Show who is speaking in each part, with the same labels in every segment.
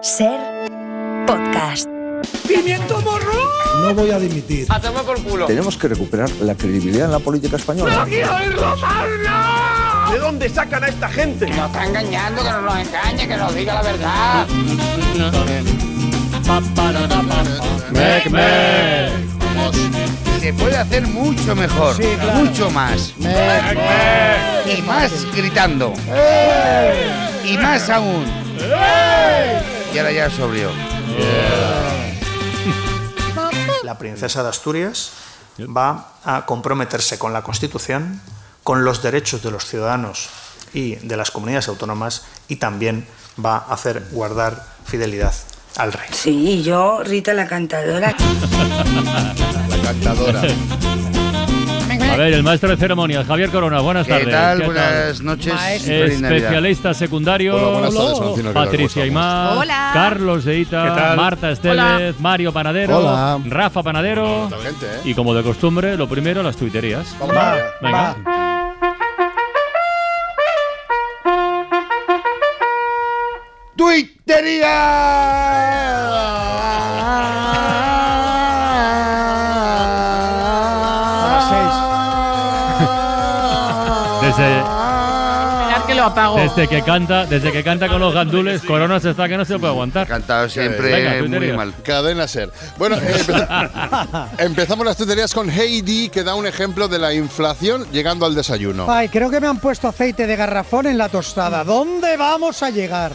Speaker 1: Ser podcast.
Speaker 2: ¡Pimiento morro!
Speaker 3: No voy a dimitir.
Speaker 2: ¡A tomar por culo!
Speaker 4: Tenemos que recuperar la credibilidad en la política española.
Speaker 2: ¡No quiero oírlo más, no!
Speaker 5: ¿De dónde sacan a esta gente?
Speaker 6: Nos está engañando, que no nos engañe, que nos diga la verdad.
Speaker 7: Mec, mec.
Speaker 8: Se puede hacer mucho mejor,
Speaker 7: Sí, claro.
Speaker 8: mucho más.
Speaker 7: Mec, mec.
Speaker 8: Y más gritando. Y más aún. Y ahora ya sobrio.
Speaker 9: La princesa de Asturias va a comprometerse con la Constitución, con los derechos de los ciudadanos y de las comunidades autónomas y también va a hacer guardar fidelidad al rey.
Speaker 10: Sí, yo, Rita la cantadora.
Speaker 8: La cantadora.
Speaker 7: A ver, el maestro de ceremonias, Javier Corona, buenas
Speaker 8: ¿Qué
Speaker 7: tardes.
Speaker 8: tal? Buenas noches. Feliz Navidad.
Speaker 7: Especialista secundario.
Speaker 11: Hola, buenas tardes, Francino, ¿qué tal?
Speaker 7: Patricia
Speaker 11: ¿Cómo
Speaker 7: Aymar.
Speaker 1: Hola.
Speaker 7: Carlos de
Speaker 11: ¿Qué
Speaker 7: Ita.
Speaker 11: tal?
Speaker 7: Marta Estevez.
Speaker 1: Hola.
Speaker 7: Mario Panadero.
Speaker 11: Hola.
Speaker 7: Rafa Panadero.
Speaker 11: Tanta gente, ¿eh?
Speaker 7: Y como de costumbre, lo primero, las tuiterías.
Speaker 11: Vamos allá.
Speaker 7: Venga.
Speaker 12: Ah.
Speaker 7: Desde,
Speaker 1: Mirad que lo apago.
Speaker 7: desde que canta, desde que canta con los gandules, Corona se está que no se puede aguantar.
Speaker 8: Cantado siempre
Speaker 7: Venga, tú
Speaker 8: muy
Speaker 7: tenías.
Speaker 8: mal.
Speaker 11: Cadena ser. Bueno, eh, empeza- empezamos las tonterías con Heidi, que da un ejemplo de la inflación llegando al desayuno.
Speaker 13: Ay, creo que me han puesto aceite de garrafón en la tostada. ¿Dónde vamos a llegar?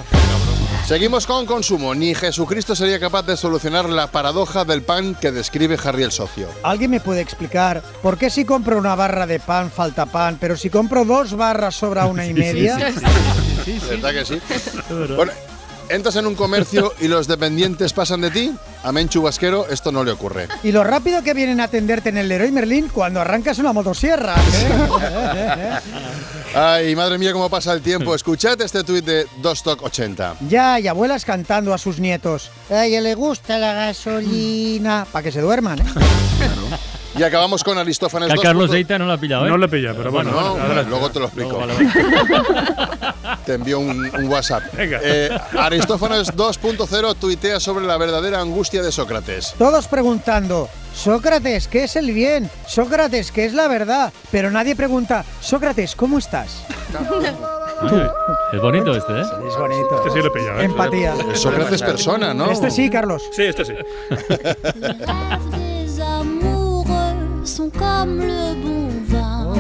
Speaker 11: Seguimos con consumo. Ni Jesucristo sería capaz de solucionar la paradoja del pan que describe Harry el socio.
Speaker 13: ¿Alguien me puede explicar por qué si compro una barra de pan falta pan, pero si compro dos barras sobra una y media?
Speaker 11: ¿Verdad que sí? Bueno, entras en un comercio y los dependientes pasan de ti. A men chubasquero esto no le ocurre.
Speaker 13: Y lo rápido que vienen a atenderte en el Leroy Merlin cuando arrancas una motosierra. ¿eh?
Speaker 11: Ay, madre mía, cómo pasa el tiempo. Escuchad este tuit de Dostock80.
Speaker 13: ya hay abuelas cantando a sus nietos. Ay, ya le gusta la gasolina. Para que se duerman, ¿eh?
Speaker 11: Y acabamos con Aristófanes
Speaker 7: Que a
Speaker 11: 2.
Speaker 7: Carlos de Ita no lo ha pillado, ¿eh?
Speaker 2: No le pilla, pero bueno.
Speaker 11: No,
Speaker 2: bueno, adelante.
Speaker 11: luego te lo explico.
Speaker 7: Vale, vale.
Speaker 11: Te envío un, un WhatsApp.
Speaker 2: Venga.
Speaker 11: Eh, Aristófanes 2.0 tuitea sobre la verdadera angustia de Sócrates.
Speaker 13: Todos preguntando, Sócrates, ¿qué es el bien? Sócrates, ¿qué es la verdad? Pero nadie pregunta, Sócrates, ¿cómo estás?
Speaker 7: Es bonito este, ¿eh?
Speaker 13: Es bonito.
Speaker 2: Este sí lo he pillado, ¿eh?
Speaker 13: Empatía.
Speaker 11: El Sócrates persona, ¿no?
Speaker 13: Este sí, Carlos.
Speaker 2: Sí, este sí.
Speaker 14: Les amoureux sont comme le bon vin.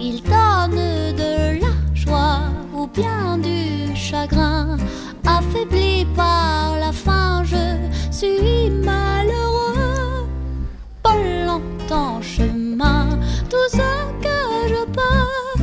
Speaker 14: Ils donnent de la joie ou bien du chagrin. Affaibli par la faim, je suis malheureux. Pas longtemps chemin, tout ce que je peux,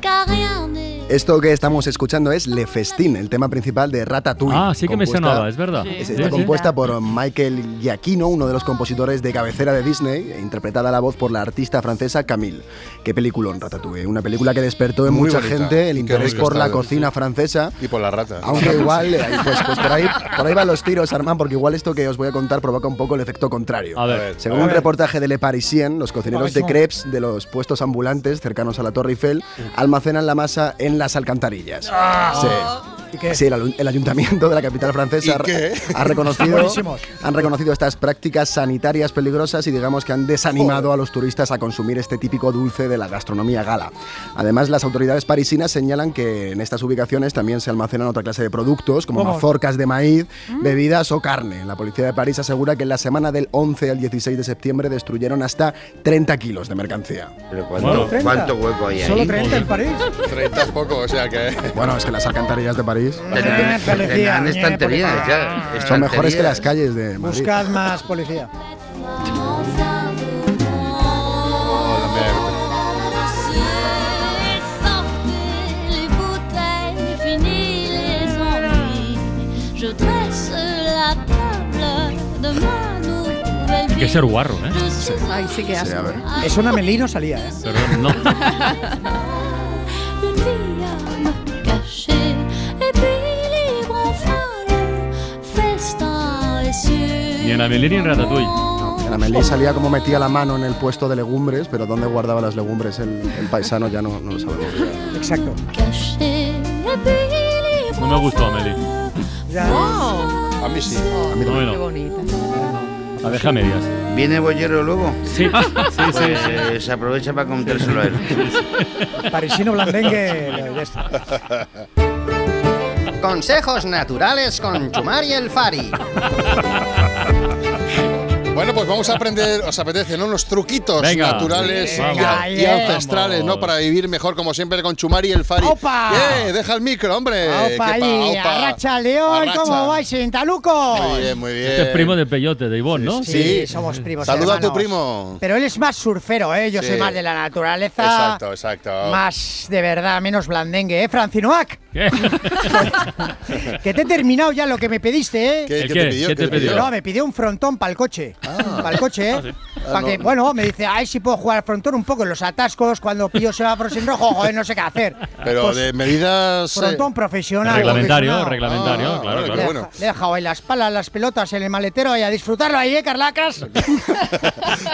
Speaker 14: car rien n'est.
Speaker 15: Esto que estamos escuchando es Le Festín, el tema principal de Ratatouille.
Speaker 7: Ah, sí que me
Speaker 15: compuesta-
Speaker 7: sonaba, es verdad.
Speaker 15: es-
Speaker 7: Sí,
Speaker 15: Está
Speaker 7: sí.
Speaker 15: compuesta por Michael Giacchino, uno de los compositores de cabecera de Disney, e interpretada a la voz por la artista francesa Camille. Qué película en Ratatouille, una película que despertó en
Speaker 11: Muy
Speaker 15: mucha
Speaker 11: bonita.
Speaker 15: gente el
Speaker 11: Qué
Speaker 15: interés
Speaker 11: rico
Speaker 15: por
Speaker 11: está,
Speaker 15: la
Speaker 11: sí.
Speaker 15: cocina francesa.
Speaker 11: Y por la rata.
Speaker 15: Aunque igual, eh, pues, pues por, ahí, por ahí van los tiros, Armand, porque igual esto que os voy a contar provoca un poco el efecto contrario.
Speaker 7: A
Speaker 11: A ver.
Speaker 7: ver.
Speaker 15: eh, Según un reportaje de Le Parisien, los cocineros de crepes de los puestos ambulantes cercanos a la Torre Eiffel almacenan la masa en las alcantarillas.
Speaker 16: Ah.
Speaker 15: Sí. Sí, el, alu- el ayuntamiento de la capital francesa
Speaker 11: ¿Y qué?
Speaker 15: ha reconocido,
Speaker 13: Buenísimos.
Speaker 15: han reconocido estas prácticas sanitarias peligrosas y digamos que han desanimado a los turistas a consumir este típico dulce de la gastronomía gala. Además, las autoridades parisinas señalan que en estas ubicaciones también se almacenan otra clase de productos como
Speaker 13: ¿Cómo? Mm.
Speaker 15: mazorcas de maíz, bebidas o carne. La policía de París asegura que en la semana del 11 al 16 de septiembre destruyeron hasta 30 kilos de mercancía.
Speaker 8: Pero
Speaker 7: Bueno,
Speaker 8: ¿cuánto,
Speaker 13: 30.
Speaker 8: cuánto hueco hay
Speaker 13: Solo
Speaker 8: ahí?
Speaker 13: 30 en París.
Speaker 11: 30 es poco, o sea que.
Speaker 15: Bueno, es que las alcantarillas de París
Speaker 8: Tendrán,
Speaker 13: Policía,
Speaker 8: tendrán
Speaker 13: ñe,
Speaker 8: estanterías
Speaker 13: policía.
Speaker 8: ya.
Speaker 15: son mejores que las
Speaker 8: estanterías.
Speaker 15: calles de Madrid.
Speaker 13: Buscad más policía.
Speaker 14: Enfin de moi. Seul sortez les bouteilles, fini les ennuis. Je dresse la table de ma nouvelle
Speaker 7: Hay que
Speaker 14: vie.
Speaker 7: ser guarro, ¿eh?
Speaker 14: Je suis
Speaker 1: Ay, sí que
Speaker 15: Sí,
Speaker 1: asco. ¿eh?
Speaker 15: a ver.
Speaker 13: Es una melino salía, ¿eh?
Speaker 7: Perdón, no.
Speaker 14: une vie à me cacher. Et puis libre enfin le festin est sûr.
Speaker 7: Ni en Amélie ni en Ratatouille.
Speaker 15: En Amelie salía como metía la mano en el puesto de legumbres, pero dónde guardaba las legumbres el, el paisano ya no, no lo sabemos.
Speaker 13: Exacto.
Speaker 14: Caché, et puis libre
Speaker 7: No me gustó
Speaker 14: enfin
Speaker 7: Amélie.
Speaker 14: le
Speaker 13: Ya.
Speaker 1: No.
Speaker 11: A mí sí.
Speaker 7: A mí también. Qué La ah, deja a medias.
Speaker 8: ¿Viene Bollero luego?
Speaker 7: Sí, sí, sí,
Speaker 8: Pues, eh, se aprovecha para contárselo a él.
Speaker 13: ¿eh? Parisino blandengue. lo de
Speaker 11: Eh,
Speaker 13: esto.
Speaker 3: Consejos naturales con Chumari el Fari.
Speaker 11: Bueno, pues vamos a aprender, os apetece, ¿no? Unos truquitos
Speaker 7: Venga.
Speaker 11: naturales
Speaker 7: Sí,
Speaker 11: y,
Speaker 7: venga,
Speaker 11: y
Speaker 7: yeah.
Speaker 11: ancestrales, ¿no? Para vivir mejor, como siempre, con Chumari y el Fari.
Speaker 13: ¡Opa! Ah,
Speaker 11: ¡Eh! Deja el micro, hombre.
Speaker 13: ¡Opa,
Speaker 11: ¿Qué pa-
Speaker 13: ahí!
Speaker 11: opa?
Speaker 13: ¡Arracha, León!
Speaker 11: Arracha.
Speaker 13: ¿Cómo vais, Sintalucos?
Speaker 11: Muy bien, muy bien.
Speaker 7: Este es primo de Peyote, de Ivón, ¿no?
Speaker 13: Sí, somos primos.
Speaker 11: Saluda a tu
Speaker 13: hermanos.
Speaker 11: primo.
Speaker 13: Pero él es más surfero, ¿eh? Yo
Speaker 11: Sí.
Speaker 13: soy más de la naturaleza.
Speaker 11: Exacto, exacto.
Speaker 13: Más de verdad, menos blandengue, ¿eh, Francinoac? que te he terminado ya lo que me pediste, ¿eh?
Speaker 11: ¿Qué- ¿El qué te qué? pidió? ¿Qué ¿Qué te te pidió? pidió?
Speaker 13: No, me pidió un frontón para el coche. Para el coche, ¿eh?
Speaker 11: Ah,
Speaker 13: Pa'
Speaker 11: no.
Speaker 13: que, bueno, me dice, ay, si puedo jugar al frontón un poco en los atascos, cuando pillo semáforos en rojo, joder, no sé qué hacer.
Speaker 11: Pero
Speaker 13: Pues,
Speaker 11: de medidas. eh,
Speaker 13: Frontón profesional.
Speaker 7: Reglamentario,
Speaker 13: profesional.
Speaker 7: reglamentario,
Speaker 11: Ah,
Speaker 7: claro,
Speaker 11: vale,
Speaker 7: claro.
Speaker 11: qué bueno.
Speaker 13: Le he dejado ahí las palas, las pelotas en el maletero y a disfrutarlo ahí, ¿eh, Carlacas?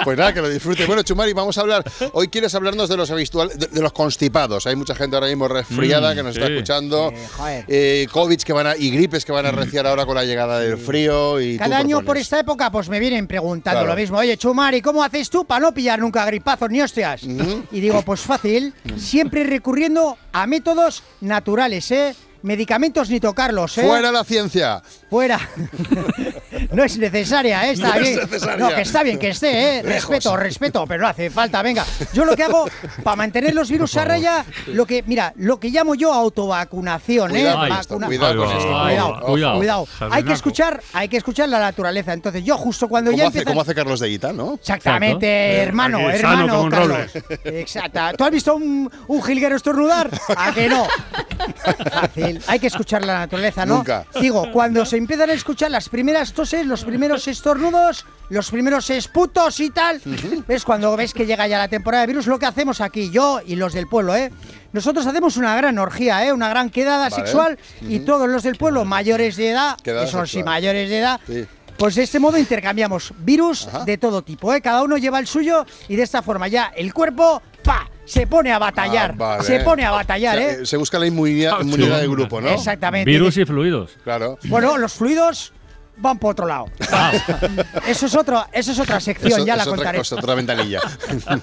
Speaker 11: Pues nada, que lo disfrute. Bueno, Chumari, vamos a hablar. Hoy quieres hablarnos de los habituales, de, de los constipados. Hay mucha gente ahora mismo resfriada
Speaker 7: Mm,
Speaker 11: que nos
Speaker 7: sí.
Speaker 11: está escuchando.
Speaker 13: joder.
Speaker 11: Eh, Covid que van a, y gripes que van a
Speaker 7: Mm.
Speaker 11: arreciar ahora con la llegada del frío. Y
Speaker 13: Cada
Speaker 11: tú
Speaker 13: año por
Speaker 11: propones.
Speaker 13: esta época pues me vienen preguntando
Speaker 11: Claro.
Speaker 13: lo mismo. Oye, Chumari, ¿cómo hacéis tú para no pillar nunca gripazos ni hostias?
Speaker 11: Mm.
Speaker 13: Y digo, pues fácil, siempre recurriendo a métodos naturales, ¿eh? Medicamentos ni tocarlos, ¿eh?
Speaker 11: ¡Fuera la ciencia!
Speaker 13: Fuera. no es necesaria, ¿eh? Está
Speaker 11: No es
Speaker 13: bien.
Speaker 11: necesaria.
Speaker 13: No, que está bien que esté, ¿eh?
Speaker 11: Lejos.
Speaker 13: Respeto, respeto, pero no hace falta, venga. Yo lo que hago para mantener los virus a raya, lo que, mira, lo que llamo yo autovacunación,
Speaker 11: Cuidado
Speaker 13: ¿eh?
Speaker 11: con esto,
Speaker 13: Vacuna-
Speaker 11: cuidado con
Speaker 7: Ahí va.
Speaker 11: esto.
Speaker 7: Cuidado,
Speaker 11: Ojo.
Speaker 7: cuidado.
Speaker 13: Cuidado, hay que
Speaker 7: Sabinaco.
Speaker 13: escuchar, hay que escuchar la naturaleza. Entonces, yo justo cuando
Speaker 11: ¿Cómo
Speaker 13: ya
Speaker 11: hace,
Speaker 13: empiezan-
Speaker 11: cómo hace Carlos de Guita, no?
Speaker 13: Exactamente,
Speaker 7: Exacto.
Speaker 13: hermano,
Speaker 7: Eh, Aquí, sano
Speaker 13: hermano,
Speaker 7: como un
Speaker 13: Carlos. Exacta. ¿Tú has visto un, un jilguero estornudar? ¿A que no? Fácil. Hay que escuchar la naturaleza, ¿no?
Speaker 11: Nunca.
Speaker 13: Digo, cuando se empiezan a escuchar las primeras toses, los primeros estornudos, los primeros esputos y tal, ¿ves? Cuando ves que llega ya la temporada de virus, lo que hacemos aquí, yo y los del pueblo, ¿eh? Nosotros hacemos una gran orgía, ¿eh? Una gran quedada
Speaker 11: Vale.
Speaker 13: sexual y todos los del pueblo, mayores de edad,
Speaker 11: Quedada
Speaker 13: que son sí,
Speaker 11: sexual.
Speaker 13: mayores de edad,
Speaker 11: Sí.
Speaker 13: pues de este modo intercambiamos virus de todo tipo, ¿eh? Cada uno lleva el suyo y de esta forma ya el cuerpo, ¡pa! Se pone a batallar.
Speaker 11: Ah, vale.
Speaker 13: Se pone a batallar,
Speaker 11: O sea,
Speaker 13: ¿eh?
Speaker 11: Se busca la inmunidad, inmunidad de grupo, ¿no?
Speaker 13: Exactamente.
Speaker 7: Virus y fluidos.
Speaker 11: Claro.
Speaker 13: Bueno, los fluidos van por otro lado. eso, es otro, eso es otra sección,
Speaker 11: Eso-
Speaker 13: ya la
Speaker 11: es otra
Speaker 13: contaré.
Speaker 11: cosa, otra ventanilla.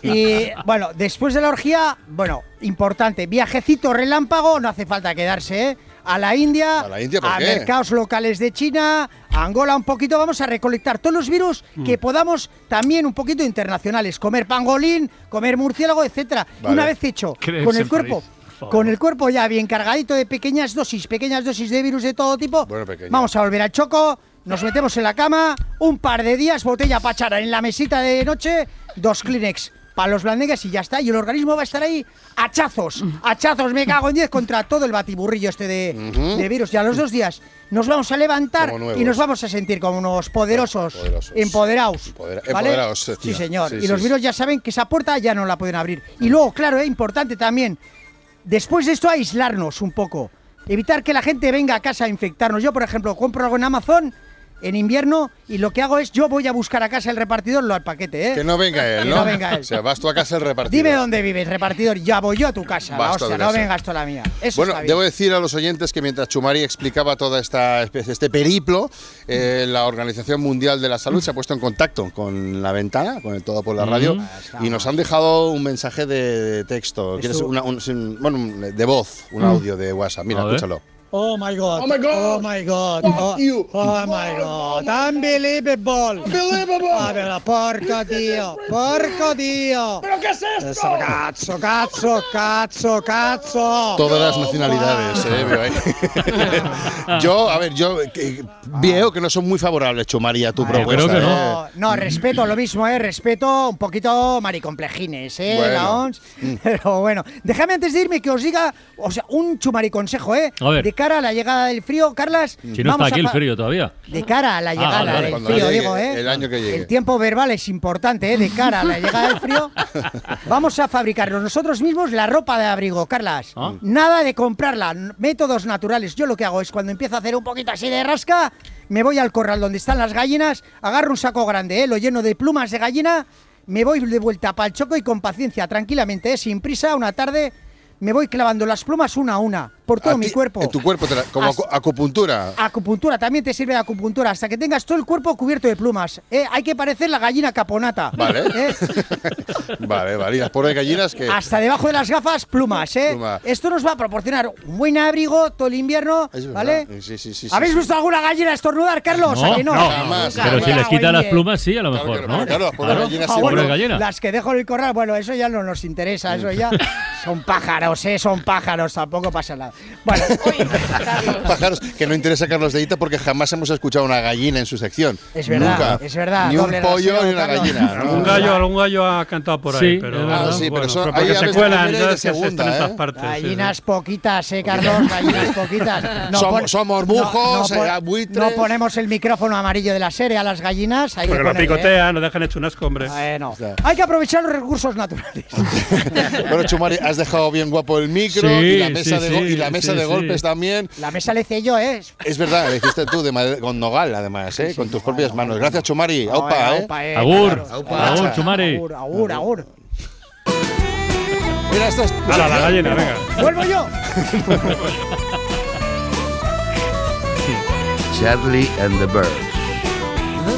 Speaker 13: Y bueno, después de la orgía, bueno, importante, viajecito relámpago, no hace falta quedarse, ¿eh? A la India,
Speaker 11: ¿A la India por qué?
Speaker 13: mercados locales de China, a Angola un poquito, vamos a recolectar todos los virus
Speaker 11: Mm.
Speaker 13: que podamos, también un poquito internacionales, comer pangolín, comer murciélago, etcétera. Y
Speaker 11: Vale.
Speaker 13: Una vez hecho,
Speaker 7: Crees
Speaker 13: con el
Speaker 7: en
Speaker 13: cuerpo,
Speaker 7: París, por favor.
Speaker 13: con el cuerpo ya bien cargadito de pequeñas dosis, pequeñas dosis de virus de todo tipo,
Speaker 11: Bueno, pequeña.
Speaker 13: vamos a volver al choco, nos metemos en la cama, un par de días, botella pachara en la mesita de noche, dos Kleenex para los blandengues y ya está. Y el organismo va a estar ahí hachazos, hachazos, me cago en 10 contra todo el batiburrillo este de, de virus. Y a los dos días nos vamos a levantar
Speaker 11: Como nuevos.
Speaker 13: y nos vamos a sentir como unos poderosos,
Speaker 11: Poderosos.
Speaker 13: empoderados.
Speaker 11: Empodera-
Speaker 13: ¿vale?
Speaker 11: empoderados,
Speaker 13: Sí,
Speaker 11: tío.
Speaker 13: señor.
Speaker 11: Sí,
Speaker 13: y
Speaker 11: sí,
Speaker 13: los
Speaker 11: sí.
Speaker 13: virus ya saben que esa puerta ya no la pueden abrir. Y luego, claro, es importante también, después de esto aislarnos un poco, evitar que la gente venga a casa a infectarnos. Yo, por ejemplo, compro algo en Amazon en invierno y lo que hago es yo voy a buscar a casa el repartidor lo al paquete, ¿eh?
Speaker 11: Que no venga él,
Speaker 13: Que
Speaker 11: ¿no?
Speaker 13: no venga él.
Speaker 11: O sea, vas tú a casa el repartidor.
Speaker 13: Dime dónde vives, repartidor, ya voy yo a tu casa.
Speaker 11: Vas
Speaker 13: la
Speaker 11: tú a tu
Speaker 13: hostia, no
Speaker 11: casa.
Speaker 13: vengas tú a la mía. Eso
Speaker 11: bueno,
Speaker 13: está bien.
Speaker 11: debo decir a los oyentes que mientras Chumari explicaba toda esta especie, este periplo, eh, la Organización Mundial de la Salud se ha puesto en contacto con la ventana, con el Todo por la Radio, y nos han dejado un mensaje de texto. ¿Quieres
Speaker 13: Mm. Estuvo- Mm.
Speaker 11: una- un- sin- bueno, un- de voz, un audio de WhatsApp. Mira,
Speaker 7: A ver.
Speaker 11: escúchalo.
Speaker 13: Oh my god.
Speaker 2: Oh my God.
Speaker 13: Oh my god.
Speaker 2: Fuck
Speaker 13: Oh,
Speaker 2: you.
Speaker 13: oh my god. Unbelievable.
Speaker 2: Unbelievable.
Speaker 13: Ah, pero porco tío. Porco tío.
Speaker 2: ¿Pero qué es esto? Oh
Speaker 13: Eso, cazzo, cazzo, cazzo, cazzo.
Speaker 11: Todas las nacionalidades, eh, veo ahí. yo, a ver, yo eh, veo que no son muy favorables, Chumari,
Speaker 13: Ah,
Speaker 11: a tu propuesta.
Speaker 7: creo que
Speaker 11: ¿eh?
Speaker 7: no.
Speaker 13: No, no, respeto lo mismo, eh, respeto un poquito maricomplejines, eh,
Speaker 11: Bueno. Mm.
Speaker 13: Laons. Pero bueno, déjame antes de irme que os diga, o sea, un chumariconsejo, eh,
Speaker 7: A ver.
Speaker 13: de cara a la llegada del frío, Carlas.
Speaker 7: Si no está
Speaker 13: vamos a
Speaker 7: aquí el
Speaker 13: fa-
Speaker 7: frío todavía.
Speaker 13: De cara a la llegada
Speaker 7: vale, vale.
Speaker 13: del
Speaker 11: Cuando
Speaker 13: frío,
Speaker 11: llegue,
Speaker 13: digo, ¿eh?
Speaker 11: el año que llegue.
Speaker 13: El tiempo verbal es importante, ¿eh? De cara a la llegada del frío, vamos a fabricarnos nosotros mismos la ropa de abrigo, Carlas.
Speaker 7: Ah.
Speaker 13: Nada de comprarla, n- métodos naturales. Yo lo que hago es cuando empiezo a hacer un poquito así de rasca, me voy al corral donde están las gallinas, agarro un saco grande, ¿eh? Lo lleno de plumas de gallina, me voy de vuelta para el choco y con paciencia, tranquilamente, ¿eh? Sin prisa, una tarde me voy clavando las plumas una a una por todo
Speaker 11: A
Speaker 13: mi
Speaker 11: ti-
Speaker 13: cuerpo.
Speaker 11: En tu cuerpo, te la- como
Speaker 13: As-
Speaker 11: acu- acupuntura.
Speaker 13: Acupuntura, también te sirve de acupuntura, hasta que tengas todo el cuerpo cubierto de plumas. Eh, hay que parecer la gallina caponata.
Speaker 11: Vale.
Speaker 13: Eh,
Speaker 11: Vale, vale. Y las pobres gallinas que.
Speaker 13: Hasta debajo de las gafas, plumas, ¿eh?
Speaker 11: Pluma.
Speaker 13: Esto nos va a proporcionar un buen abrigo todo el invierno,
Speaker 11: Es verdad.
Speaker 13: ¿vale?
Speaker 11: Sí, sí, sí, sí,
Speaker 13: ¿Habéis
Speaker 11: sí.
Speaker 13: visto alguna gallina estornudar, Carlos? ¿A que no?
Speaker 11: Jamás,
Speaker 7: Pero si
Speaker 11: jamás.
Speaker 7: les quita las
Speaker 13: Oye.
Speaker 7: plumas, sí, a lo
Speaker 11: Claro
Speaker 7: mejor,
Speaker 11: que no,
Speaker 7: ¿no?
Speaker 11: claro, las pobres gallinas
Speaker 13: Ah,
Speaker 11: sí,
Speaker 13: bueno,
Speaker 7: Pobres gallinas.
Speaker 13: Las que dejo en el corral, bueno, eso ya no nos interesa, eso ya son pájaros, ¿eh? Son pájaros, tampoco pasa nada. Bueno,
Speaker 11: Pájaros, que no interesa a Carlos Deita porque jamás hemos escuchado una gallina en su sección.
Speaker 13: Es verdad,
Speaker 11: Nunca.
Speaker 13: es verdad,
Speaker 11: Ni un
Speaker 13: Ah, doble
Speaker 11: pollo
Speaker 13: rasero,
Speaker 11: ni una
Speaker 13: Carlos.
Speaker 11: gallina. ¿no?
Speaker 2: Algún gallo, algún gallo ha cantado por ahí,
Speaker 11: Sí,
Speaker 2: pero,
Speaker 11: es verdad. Ah, sí, pero son- hay
Speaker 2: porque se
Speaker 11: aves
Speaker 2: cuelan,
Speaker 11: de primera y de
Speaker 2: ¿sabes? Que están
Speaker 11: segunda,
Speaker 2: en todas
Speaker 11: ¿eh?
Speaker 2: partes. sí,
Speaker 13: gallinas poquitas, ¿eh, Carlos? Gallinas poquitas.
Speaker 11: Som-
Speaker 13: pon-
Speaker 11: somos mujos,
Speaker 13: pon-
Speaker 11: eh, buitres.
Speaker 13: no ponemos el micrófono amarillo de la serie a las gallinas. Hay
Speaker 2: sí. Porque
Speaker 13: que
Speaker 2: lo
Speaker 13: ponerle, ¿eh?
Speaker 2: picotean, lo dejan hecho un asco, hombre.
Speaker 13: Bueno. Hay que aprovechar los recursos naturales.
Speaker 11: Bueno, Chumari, has dejado bien guapo el micro
Speaker 7: Sí,
Speaker 11: y la
Speaker 7: sí,
Speaker 11: mesa, de, go-
Speaker 7: sí,
Speaker 11: y la mesa
Speaker 7: sí,
Speaker 11: de
Speaker 7: sí.
Speaker 11: golpes también.
Speaker 13: La mesa le hice yo, ¿eh?
Speaker 11: Es verdad, lo hiciste tú de madera- con nogal, además, ¿eh? con tus propias manos. Gracias, Chumari. Aupa, ¿eh?
Speaker 13: Aupa, eh,
Speaker 7: Agur,
Speaker 13: claro.
Speaker 11: Aupa.
Speaker 7: agur, Chumari.
Speaker 13: Agur, agur, agur.
Speaker 11: Mira, esto es.
Speaker 7: Hala, la gallina, venga.
Speaker 13: Vuelvo yo.
Speaker 8: Charlie and the Birds.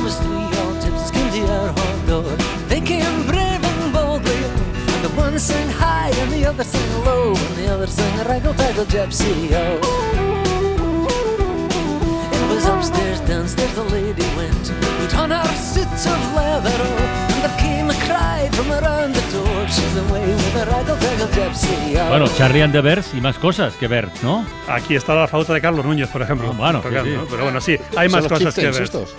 Speaker 5: Those three old gypsies came to your hall door. They came brave and boldly. And the one sang high and the other sang low. And the other sang raggle-taggle gypsy, oh. It was upstairs, downstairs the lady went. Put on her suits of leather, oh. And there came a cry from around the door. She's away with a raggle-taggle gypsy, oh.
Speaker 7: Bueno, Charlie and the Bears y más cosas que Bert, ¿no?
Speaker 2: Aquí está la flauta de Carlos Núñez, por ejemplo.
Speaker 7: bueno, sí,
Speaker 2: tocando,
Speaker 7: sí.
Speaker 2: ¿no? Pero bueno, sí, hay
Speaker 11: ¿Son
Speaker 2: más
Speaker 11: los
Speaker 2: cosas que
Speaker 11: chieftains
Speaker 2: ver.
Speaker 11: estos?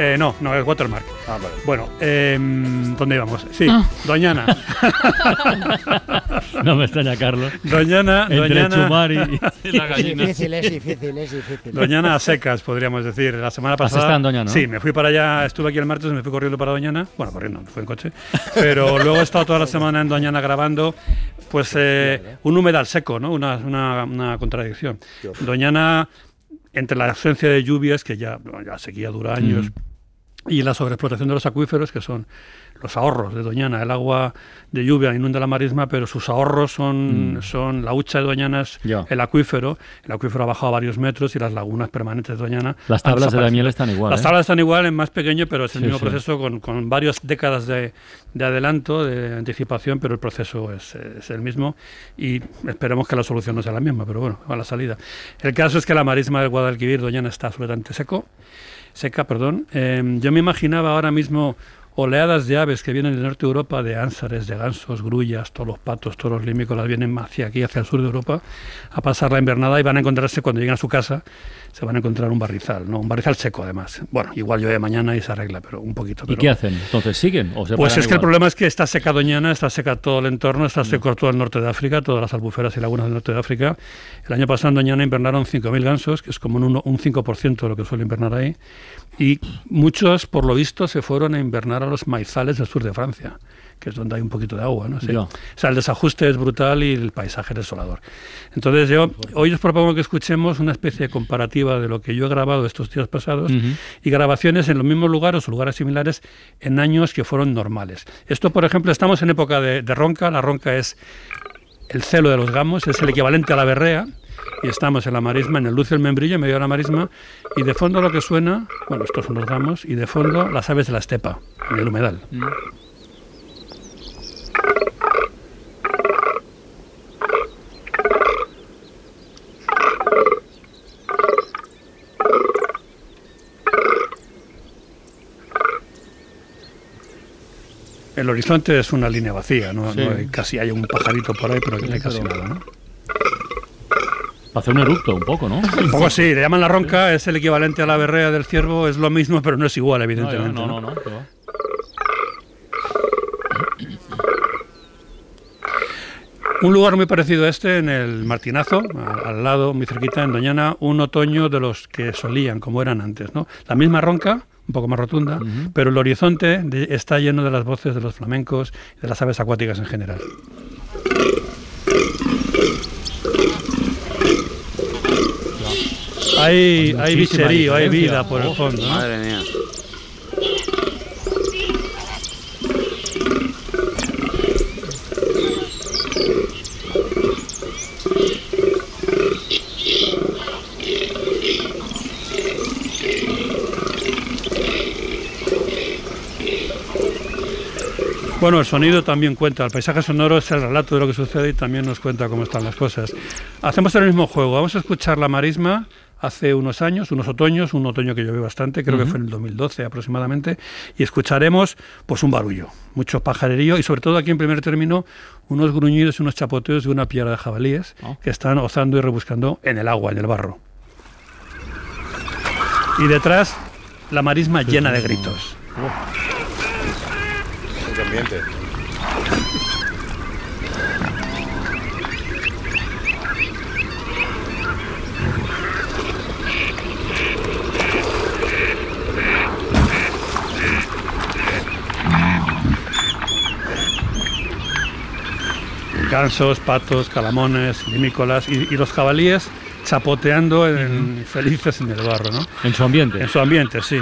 Speaker 2: Eh, no, no, es Watermark.
Speaker 11: Ah, vale.
Speaker 2: Bueno, em, ¿dónde íbamos? Sí,
Speaker 7: Ah.
Speaker 2: Doñana.
Speaker 7: No me extraña, Carlos.
Speaker 2: Doñana,
Speaker 7: Entre
Speaker 2: Doñana.
Speaker 7: Chumari y la
Speaker 13: Es
Speaker 7: gallina.
Speaker 13: difícil, es difícil, es difícil.
Speaker 2: Doñana a secas, podríamos decir. La semana
Speaker 7: Has
Speaker 2: pasada.
Speaker 7: estado en Doñana, ¿no?
Speaker 2: Sí, me fui para allá, estuve aquí el martes, me fui corriendo para Doñana. Bueno, corriendo, fue en coche. Pero luego he estado toda la semana en Doñana grabando. Pues eh, un humedal seco, ¿no? Una, una- una contradicción. Doñana, entre la ausencia de lluvias, que ya bueno, la sequía dura años,
Speaker 7: Mm.
Speaker 2: y la sobreexplotación de los acuíferos, que son los ahorros de Doñana. El agua de lluvia inunda la marisma, pero sus ahorros son, son la hucha de Doñana, es
Speaker 7: Mm. Ya.
Speaker 2: el acuífero. El acuífero ha bajado varios metros y las lagunas permanentes de Doñana.
Speaker 7: Las tablas
Speaker 2: han
Speaker 7: de la
Speaker 2: desaparecido.
Speaker 7: miel están igual.
Speaker 2: Las
Speaker 7: ¿eh?
Speaker 2: tablas están igual, es más pequeño, pero es el
Speaker 7: Sí,
Speaker 2: mismo
Speaker 7: sí.
Speaker 2: proceso con, con varias décadas de, de adelanto, de anticipación, pero el proceso es, es el mismo y esperemos que la solución no sea la misma, pero bueno, a la salida. El caso es que la marisma del Guadalquivir, Doñana, está absolutamente seco, seca, perdón. Eh, yo me imaginaba ahora mismo oleadas de aves que vienen del norte de Europa, de ánsares, de gansos, grullas, todos los patos, toros limícolas, vienen hacia aquí, hacia el sur de Europa, a pasar la invernada y van a encontrarse cuando lleguen a su casa, se van a encontrar un barrizal, ¿no? Un barrizal seco además. Bueno, igual llueve mañana y se arregla, pero un poquito.
Speaker 7: ¿Y
Speaker 2: pero-
Speaker 7: qué hacen? Entonces, ¿siguen? ¿O se paran
Speaker 2: pues es que el
Speaker 7: igual? Mm.
Speaker 2: problema es que está seca Doñana, está seca todo el entorno, está seco todo el norte de África, todas las albuferas y lagunas del norte de África. El año pasado en Doñana invernaron 5.000 gansos, que es como un, uno- un 5% de lo que suele invernar ahí. Y muchos, por lo visto, se fueron a invernar a los maizales del sur de Francia, que es donde hay un poquito de agua. ¿no? Sí.
Speaker 7: Ya.
Speaker 2: O sea, el desajuste es brutal y el paisaje es desolador. Entonces yo hoy os propongo que escuchemos una especie de comparativa de lo que yo he grabado estos días pasados
Speaker 7: Ujú.
Speaker 2: y grabaciones en los mismos lugares o lugares similares en años que fueron normales. Esto, por ejemplo, estamos en época de, de ronca. La ronca es el celo de los gamos, es el equivalente a la berrea. Y estamos en la marisma, en el luz del membrillo, en medio de la marisma. Y de fondo lo que suena, bueno, estos son los gamos, y de fondo las aves de la estepa, en el humedal. El horizonte es una línea vacía, ¿no?
Speaker 7: Sí.
Speaker 2: No hay- casi hay un pajarito por ahí, pero que no hay
Speaker 7: Sí,
Speaker 2: casi
Speaker 7: pero-
Speaker 2: nada, ¿no?
Speaker 7: Para hacer un eructo, un poco, ¿no?
Speaker 2: Un poco sí, le llaman la ronca, es el equivalente a la berrea del ciervo, es lo mismo, pero no es igual,
Speaker 7: No,
Speaker 2: evidentemente.
Speaker 7: no, no,
Speaker 2: ¿no?
Speaker 7: no, no, que va.
Speaker 2: Un lugar muy parecido a este, en el Martinazo, al, al lado, muy cerquita, en Doñana, un otoño de los que solían, como eran antes. ¿no? La misma ronca, un poco más rotunda, pero el horizonte de- está lleno de las voces de los flamencos y de las aves acuáticas en general. Hay, hay
Speaker 7: Pues Muchísima
Speaker 2: bicherío, hay
Speaker 7: diferencia.
Speaker 2: vida por el fondo. ¿no?
Speaker 8: Madre mía.
Speaker 2: Bueno, el sonido también cuenta. El paisaje sonoro es el relato de lo que sucede y también nos cuenta cómo están las cosas. Hacemos el mismo juego. Vamos a escuchar la marisma hace unos años, unos otoños, un otoño que llovió bastante, creo que
Speaker 17: Ujú.
Speaker 2: fue en el 2012 aproximadamente, y escucharemos pues un barullo, mucho pajarerío y sobre todo aquí en primer término unos gruñidos y unos chapoteos de una piara de jabalíes que están ozando y rebuscando en el agua, en el barro. Y detrás la marisma llena de gritos.
Speaker 11: Qué ambiente.
Speaker 2: Gansos, patos, calamones, limícolas y, y los jabalíes chapoteando en- felices en el barro, ¿no?
Speaker 7: En su ambiente.
Speaker 2: En su ambiente, sí.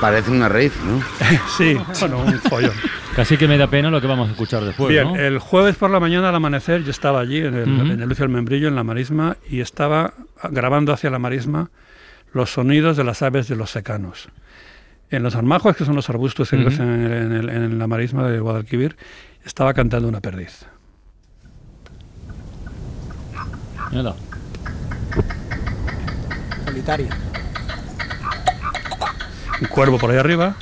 Speaker 8: Parece una raíz, ¿no?
Speaker 2: sí, bueno, un follón.
Speaker 7: Casi que me da pena lo que vamos a escuchar después,
Speaker 2: Bien, eh.
Speaker 7: ¿no?
Speaker 2: el jueves por la mañana al amanecer yo estaba allí en el,
Speaker 7: Ujú.
Speaker 2: en el Lucio del Membrillo, en la marisma, y estaba grabando hacia la marisma los sonidos de las aves de los secanos. En los armajos, que son los arbustos que
Speaker 7: Ujú.
Speaker 2: crecen en, el- en la marisma de Guadalquivir, estaba cantando una perdiz.
Speaker 7: Mira.
Speaker 13: Solitaria.
Speaker 2: Un cuervo por ahí arriba.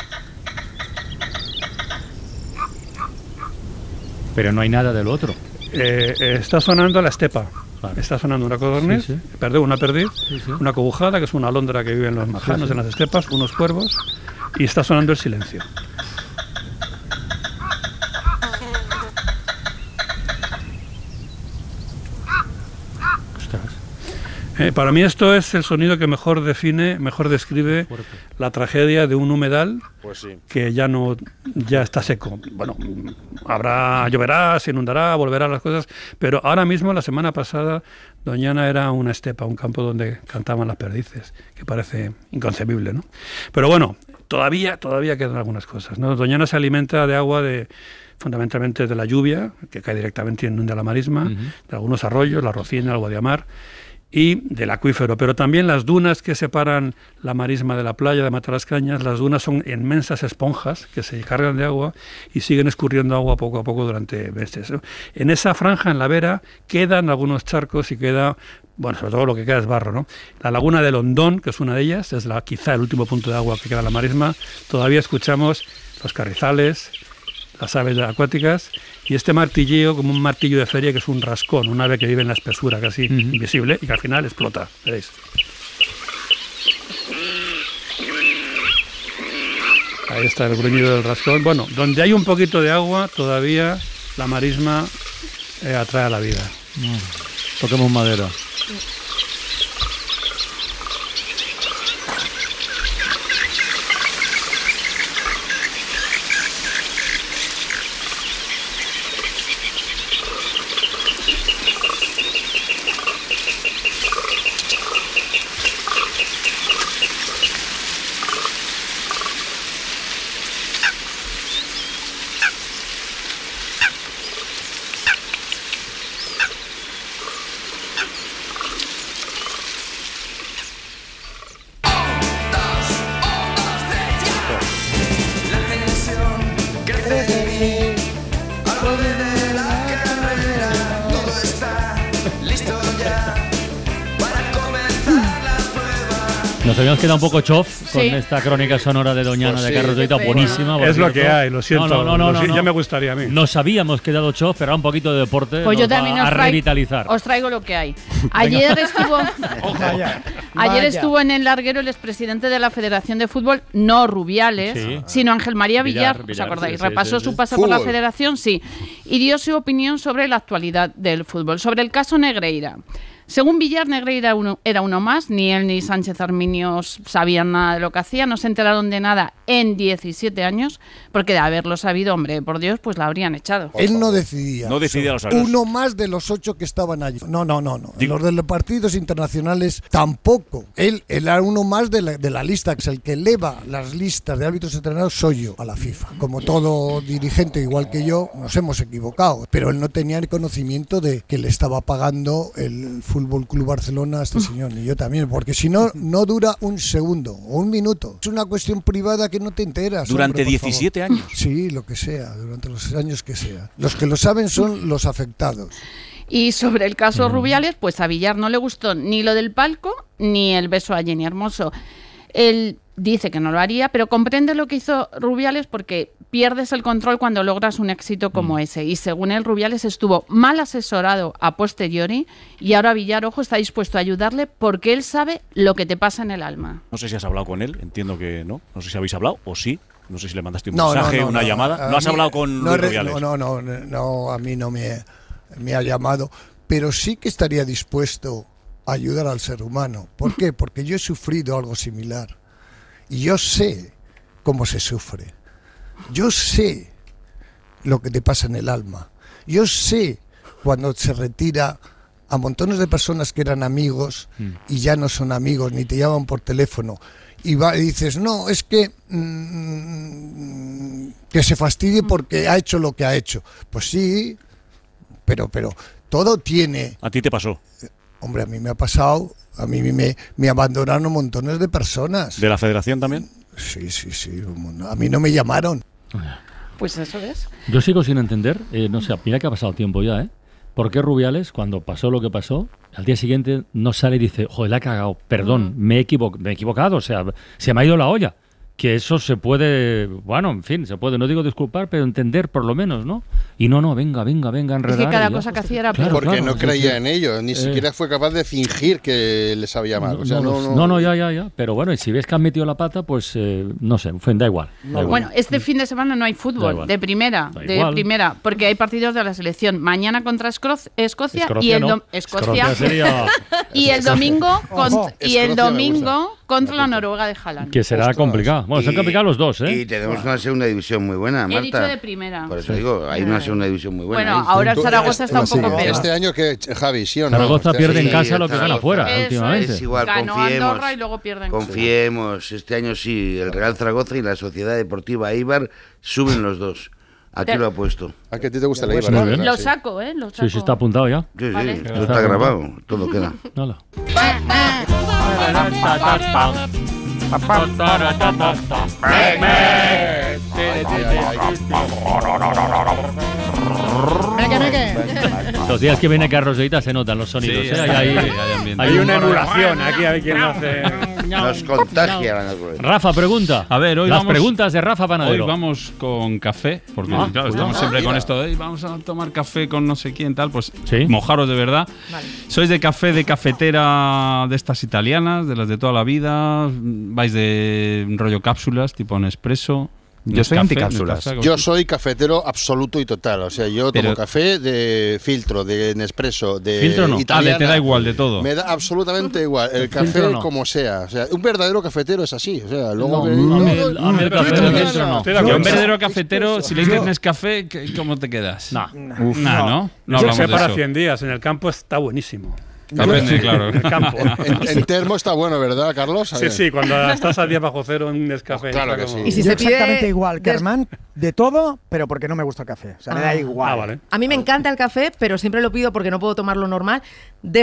Speaker 7: Pero no hay nada del otro.
Speaker 2: Eh, eh, está sonando la estepa. Está sonando una codorniz,
Speaker 7: Sí,
Speaker 2: perdón, una perdiz,
Speaker 7: Sí, sí.
Speaker 2: una cobujada, que es una alondra que vive en los majanos,
Speaker 7: sí.
Speaker 2: en las estepas, unos cuervos, y está sonando el silencio. Eh, para mí esto es el sonido que mejor define, mejor describe la tragedia de un humedal
Speaker 11: Pues sí.
Speaker 2: que ya no ya está seco. Bueno, mm, habrá lloverá, se inundará, volverá las cosas, pero ahora mismo la semana pasada Doñana era una estepa, un campo donde cantaban las perdices, que parece inconcebible, ¿no? Pero bueno, todavía todavía quedan algunas cosas, ¿no? Doñana se alimenta de agua de fundamentalmente de la lluvia, que cae directamente en de la marisma, de algunos arroyos, la Rocina, el Guadiamar y del acuífero, pero también las dunas que separan la marisma de la playa de Matalascañas, las dunas son inmensas esponjas que se cargan de agua y siguen escurriendo agua poco a poco durante meses. ¿no? En esa franja, en la vera, quedan algunos charcos y queda, bueno, sobre todo lo que queda es barro, ¿no? La laguna del Hondón, que es una de ellas, es la, quizá el último punto de agua que queda en la marisma, todavía escuchamos los carrizales, las aves acuáticas, y este martilleo como un martillo de feria que es un rascón, un ave que vive en la espesura casi invisible y que al final explota, veréis. Ahí está el gruñido del rascón. Bueno, donde hay un poquito de agua, todavía la marisma eh, atrae a la vida.
Speaker 7: Mm. Toquemos madera.
Speaker 5: La generación crece de mí, al borde de la carrera, todo está listo ya para comenzar la
Speaker 7: Nos habíamos quedado un poco chof con
Speaker 5: Sí.
Speaker 7: esta crónica sonora de Doñana
Speaker 2: Pues
Speaker 7: de
Speaker 2: sí.
Speaker 7: Carrozoita,
Speaker 2: Qué pena.
Speaker 7: buenísima. por
Speaker 2: Es lo que
Speaker 7: cierto.
Speaker 2: hay, lo siento,
Speaker 7: No, no, no,
Speaker 2: lo
Speaker 7: no,
Speaker 2: si-
Speaker 7: no.
Speaker 2: ya me gustaría a mí.
Speaker 7: Nos habíamos quedado chof, pero ahora un poquito de deporte
Speaker 12: Pues yo
Speaker 7: nos va
Speaker 12: también
Speaker 7: a
Speaker 12: os, trai-
Speaker 7: revitalizar.
Speaker 12: os traigo lo que hay. Ayer estuvo, ayer
Speaker 7: Vaya.
Speaker 12: estuvo en el larguero el expresidente de la Federación de Fútbol, no Rubiales,
Speaker 7: Sí.
Speaker 12: sino Ángel María
Speaker 7: Villar,
Speaker 12: Villar, ¿os
Speaker 7: Villar,
Speaker 12: acordáis?
Speaker 7: sí, sí,
Speaker 12: Repasó
Speaker 7: sí, sí.
Speaker 12: su paso por la
Speaker 7: Fútbol.
Speaker 12: Federación, sí, y dio su opinión sobre la actualidad del fútbol, sobre el caso Negreira. Según Villar, Negreira uno- era uno más, ni él ni Sánchez Arminio s- sabían nada de lo que hacía, no se enteraron de nada en 17 años, porque de haberlo sabido, hombre, por Dios, pues la habrían echado.
Speaker 18: Él no decidía.
Speaker 19: No decidía los árbitros.
Speaker 18: Uno más de los ocho que estaban allí. No, no, no, no. Los de los partidos internacionales tampoco. Él, él era uno más de la, de la lista, que es el que eleva las listas de árbitros entrenados, soy yo, a la FIFA. Como todo dirigente, igual que yo, nos hemos equivocado. Pero él no tenía el conocimiento de que le estaba pagando el Full Fútbol Club Barcelona a este señor, ni yo también, porque si no, no dura un segundo o un minuto. Es una cuestión privada que no te enteras.
Speaker 17: Durante
Speaker 18: hombre, por favor.
Speaker 17: 17 años.
Speaker 18: Sí, lo que sea, durante los años que sea. Los que lo saben son los afectados.
Speaker 12: Y sobre el caso Rubiales, pues a Villar no le gustó ni lo del palco ni el beso a Jenny Hermoso. Él dice que no lo haría, pero comprende lo que hizo Rubiales porque pierdes el control cuando logras un éxito como ese. Y según él, Rubiales estuvo mal asesorado a posteriori y ahora Villar, ojo, está dispuesto a ayudarle porque él sabe lo que te pasa en el alma.
Speaker 17: No sé si has hablado con él, entiendo que no. No sé si habéis hablado o sí. No sé si le mandaste un
Speaker 18: No, no,
Speaker 17: mensaje,
Speaker 18: no,
Speaker 17: una
Speaker 18: no.
Speaker 17: llamada.
Speaker 18: A
Speaker 17: ¿No has
Speaker 18: mí-
Speaker 17: hablado con
Speaker 18: no,
Speaker 17: Luis
Speaker 18: re-
Speaker 17: Rubiales?
Speaker 18: No, no, no, no, a mí no me, me ha llamado, pero sí que estaría dispuesto a ayudar al ser humano. ¿Por qué? Porque yo he sufrido algo similar y yo sé cómo se sufre. Yo sé lo que te pasa en el alma. Yo sé cuando se retira a montones de personas que eran amigos y ya no son amigos, ni te llaman por teléfono. Y, va, y dices, no, es que mm, que se fastidie porque ha hecho lo que ha hecho. Pues sí, pero, pero todo tiene
Speaker 17: A ti te pasó.
Speaker 18: Hombre, a mí me ha pasado, a mí me, me abandonaron montones de personas.
Speaker 17: ¿De la federación también?
Speaker 18: Sí, sí, sí. A mí no me llamaron.
Speaker 12: Pues eso es.
Speaker 19: Yo sigo sin entender, eh, no sé, mira que ha pasado tiempo ya, ¿eh? ¿Por qué Rubiales, cuando pasó lo que pasó, al día siguiente no sale y dice, joder, la he cagado,
Speaker 12: Ah.
Speaker 19: perdón, me, he equivo- me he equivocado, o sea, se me ha ido la olla? Que eso se puede, bueno, en fin, se puede, no digo disculpar, pero entender por lo menos, ¿no? Y no, no, venga, venga, venga,
Speaker 12: Es
Speaker 19: enredar.
Speaker 12: que cada
Speaker 19: y ya.
Speaker 12: cosa que hacía era
Speaker 19: Claro,
Speaker 11: Porque
Speaker 19: claro,
Speaker 11: no
Speaker 19: sí,
Speaker 11: creía
Speaker 19: sí.
Speaker 11: en ello, ni
Speaker 19: Eh,
Speaker 11: siquiera fue capaz de fingir que les había llamado. O sea,
Speaker 19: no,
Speaker 11: no, no-
Speaker 19: no, no, ya, ya, ya. Pero bueno, y si ves que han metido la pata, pues eh, no sé, en fin, da igual. da igual.
Speaker 12: Bueno, este fin de semana no hay
Speaker 19: Da
Speaker 12: fútbol,
Speaker 19: igual.
Speaker 12: de primera,
Speaker 19: Da
Speaker 12: de
Speaker 19: igual.
Speaker 12: primera, porque hay partidos de la selección. Mañana contra Escro- Escocia, y
Speaker 19: Escrocia,
Speaker 12: el
Speaker 19: ¿no?
Speaker 12: dom- Escocia,
Speaker 19: Escrocia sería-
Speaker 12: y el domingo cont-
Speaker 19: Ojo.
Speaker 12: y el
Speaker 19: Escrocia me
Speaker 12: domingo contra la Noruega de Haaland.
Speaker 19: Que será complicado. Bueno, son
Speaker 8: Y-
Speaker 19: complicados los dos, ¿eh?
Speaker 8: Y tenemos una segunda división muy buena, Ah, Marta.
Speaker 12: He dicho de primera.
Speaker 8: Por eso digo, hay una segunda división muy buena.
Speaker 12: Bueno,
Speaker 8: ¿eh?
Speaker 12: ahora el Zaragoza está un
Speaker 11: Este-
Speaker 12: poco peor.
Speaker 11: Este año que Javi, sí o no.
Speaker 19: Zaragoza
Speaker 11: Este-
Speaker 19: pierde en
Speaker 11: sí,
Speaker 19: casa lo que
Speaker 11: Zaragoza.
Speaker 19: gana fuera,
Speaker 12: Eso
Speaker 19: últimamente.
Speaker 11: es
Speaker 8: igual,
Speaker 12: Ganó
Speaker 8: confiemos.
Speaker 12: Andorra y luego pierden.
Speaker 8: Confiemos, este año sí, el Real Zaragoza y la Sociedad Deportiva Eibar suben los dos. Aquí
Speaker 12: Te-
Speaker 8: lo apuesto.
Speaker 11: ¿A qué a ti te gusta el
Speaker 19: Eibar? Muy bien.
Speaker 12: Lo saco, ¿eh? Lo saco.
Speaker 19: Sí, sí, está apuntado ya.
Speaker 8: Sí, sí,
Speaker 12: Vale.
Speaker 8: esto está grabado, todo queda.
Speaker 19: Hola.
Speaker 12: Ah,
Speaker 3: Meque, meque.
Speaker 19: Los días que viene Carlos Deita se notan los sonidos.
Speaker 2: Ah. Sí,
Speaker 19: ¿eh? Hay,
Speaker 2: está
Speaker 19: hay-
Speaker 2: ahí, hay ambiente.
Speaker 19: hay
Speaker 2: Hay
Speaker 19: un-
Speaker 2: una emulación aquí, a ver quién lo hace.
Speaker 8: Nos contagia la naturaleza.
Speaker 19: Rafa, pregunta.
Speaker 17: A ver, hoy
Speaker 19: Las
Speaker 17: vamos-
Speaker 19: preguntas de Rafa Panadero.
Speaker 17: Hoy vamos con café, porque
Speaker 19: Ah,
Speaker 17: claro, estamos
Speaker 19: cuidado.
Speaker 17: siempre con
Speaker 19: Mira.
Speaker 17: esto de "Ey, vamos a tomar café con no sé quién, tal, pues mojaros de verdad. ¿Sois de café de cafetera de estas italianas, de las de toda la vida? ¿Vais de rollo cápsulas, tipo en expreso?
Speaker 11: Yo soy Yo soy cafetero absoluto y total. O sea, yo tomo
Speaker 17: Pero-
Speaker 11: café de filtro, de Nespresso, de
Speaker 17: ¿Filtro no? Ah, de-
Speaker 11: italiana.
Speaker 17: te da igual de todo.
Speaker 11: Me da absolutamente igual. El
Speaker 17: Filtro
Speaker 11: café
Speaker 17: no.
Speaker 11: como sea. O sea, un verdadero cafetero es así. O sea,
Speaker 17: No,
Speaker 11: luego... que-
Speaker 17: a mí el-
Speaker 11: luego-
Speaker 17: a mí el café
Speaker 11: Filtro
Speaker 17: de
Speaker 11: no.
Speaker 17: filtro no.
Speaker 11: Estoy de
Speaker 17: Yo,
Speaker 11: acuerdo.
Speaker 17: un verdadero cafetero, si le
Speaker 2: Yo-
Speaker 17: dices Nescafé, ¿qué- ¿cómo te quedas? Nah, nah ¿no? No
Speaker 2: Yo
Speaker 17: hablamos
Speaker 2: sé
Speaker 17: de
Speaker 2: para
Speaker 17: eso.
Speaker 2: 100 días, en el campo está buenísimo.
Speaker 17: Depende, claro.
Speaker 2: En el campo.
Speaker 11: En, en termo está bueno, ¿verdad, Carlos?
Speaker 2: Sí, sí, cuando estás a 10 bajo cero en un descafé.
Speaker 11: Claro que sí.
Speaker 2: como-
Speaker 11: Y si
Speaker 13: Yo
Speaker 20: se pide
Speaker 13: exactamente igual que
Speaker 20: des-
Speaker 13: Armand, de todo, pero porque no me gusta el café. O sea, me da
Speaker 20: Ah.
Speaker 13: igual.
Speaker 2: Ah, vale.
Speaker 20: A mí me encanta el café, pero siempre lo pido porque no puedo tomarlo normal,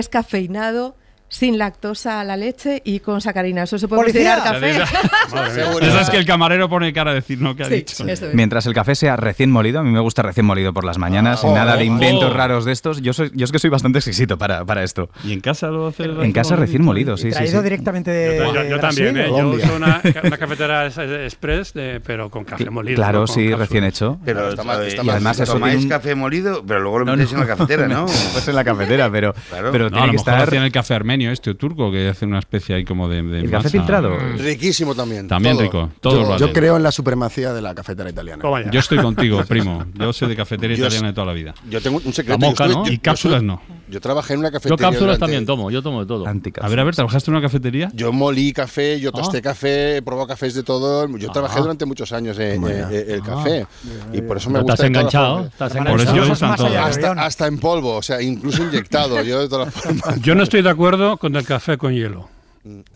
Speaker 20: descafeinado, sin lactosa a la leche y con sacarina. Eso se puede
Speaker 13: ¡Policía!
Speaker 20: considerar Pues café.
Speaker 17: Madre mía. Esas que el camarero pone cara a decir no que ha
Speaker 20: Sí,
Speaker 17: dicho.
Speaker 20: eso es.
Speaker 21: Mientras el café sea recién molido, a mí me gusta recién molido por las mañanas,
Speaker 8: Ah,
Speaker 17: Oh,
Speaker 21: nada de
Speaker 17: oh.
Speaker 21: inventos raros de estos. Yo, soy, yo es que soy bastante exquisito para, para esto.
Speaker 17: ¿Y en casa lo haces?
Speaker 21: En casa recién molido, sí, sí.
Speaker 13: Traído
Speaker 21: sí.
Speaker 13: directamente de.
Speaker 2: Yo, yo
Speaker 13: de Brasil.
Speaker 2: también, ¿eh? Yo
Speaker 21: Colombia.
Speaker 2: uso una, una cafetera es- es- express, de- pero con café molido.
Speaker 21: Claro,
Speaker 2: ¿no? Con
Speaker 21: sí,
Speaker 2: cápsulas.
Speaker 21: recién hecho.
Speaker 8: Pero
Speaker 2: Está mal- está
Speaker 8: y
Speaker 2: mal.
Speaker 8: además eso tomáis
Speaker 21: tiene un-
Speaker 8: café molido, pero luego lo
Speaker 21: No,
Speaker 8: metéis
Speaker 21: no,
Speaker 8: en la cafetera, ¿no?
Speaker 21: Pues en la cafetera, pero, pero
Speaker 17: No,
Speaker 21: tiene
Speaker 17: a lo
Speaker 21: que
Speaker 17: mejor
Speaker 21: estar.
Speaker 17: hacían el café armenio este o turco, que hace una especie ahí como de, de
Speaker 21: ¿El café
Speaker 17: masa.
Speaker 21: filtrado?
Speaker 11: Riquísimo también.
Speaker 17: También
Speaker 11: Todo.
Speaker 17: rico, todo
Speaker 11: Yo-
Speaker 17: vale.
Speaker 11: yo
Speaker 17: Yo,
Speaker 15: Creo en la supremacía de la cafetera italiana.
Speaker 17: estoy contigo, primo. Yo soy de cafetera
Speaker 11: Yo-
Speaker 17: italiana de toda la vida.
Speaker 11: Yo tengo un secreto.
Speaker 17: La moca,
Speaker 11: yo
Speaker 17: ¿no?
Speaker 11: yo-
Speaker 17: Y
Speaker 11: yo
Speaker 17: cápsulas
Speaker 11: estuve-
Speaker 17: no.
Speaker 11: Yo trabajé en una
Speaker 19: Yo
Speaker 11: cafetería.
Speaker 19: cápsulas
Speaker 11: durante-
Speaker 19: también tomo, yo tomo de todo.
Speaker 17: A ver, a ver, ¿trabajaste en una cafetería?
Speaker 11: Yo molí café, yo tosté
Speaker 17: Ah.
Speaker 11: café, he probado cafés de todo. Yo
Speaker 19: Ah.
Speaker 11: trabajé durante muchos años en en- en el café. Y por eso me
Speaker 19: Pero te
Speaker 11: gusta.
Speaker 19: has
Speaker 11: de todas
Speaker 19: enganchado,
Speaker 11: formas.
Speaker 19: te has Por enganchado. eso me gustan
Speaker 11: Hasta-
Speaker 19: todos.
Speaker 11: Hasta, hasta en polvo, o sea, incluso inyectado. yo de todas formas.
Speaker 2: Yo no estoy de acuerdo con el café con hielo.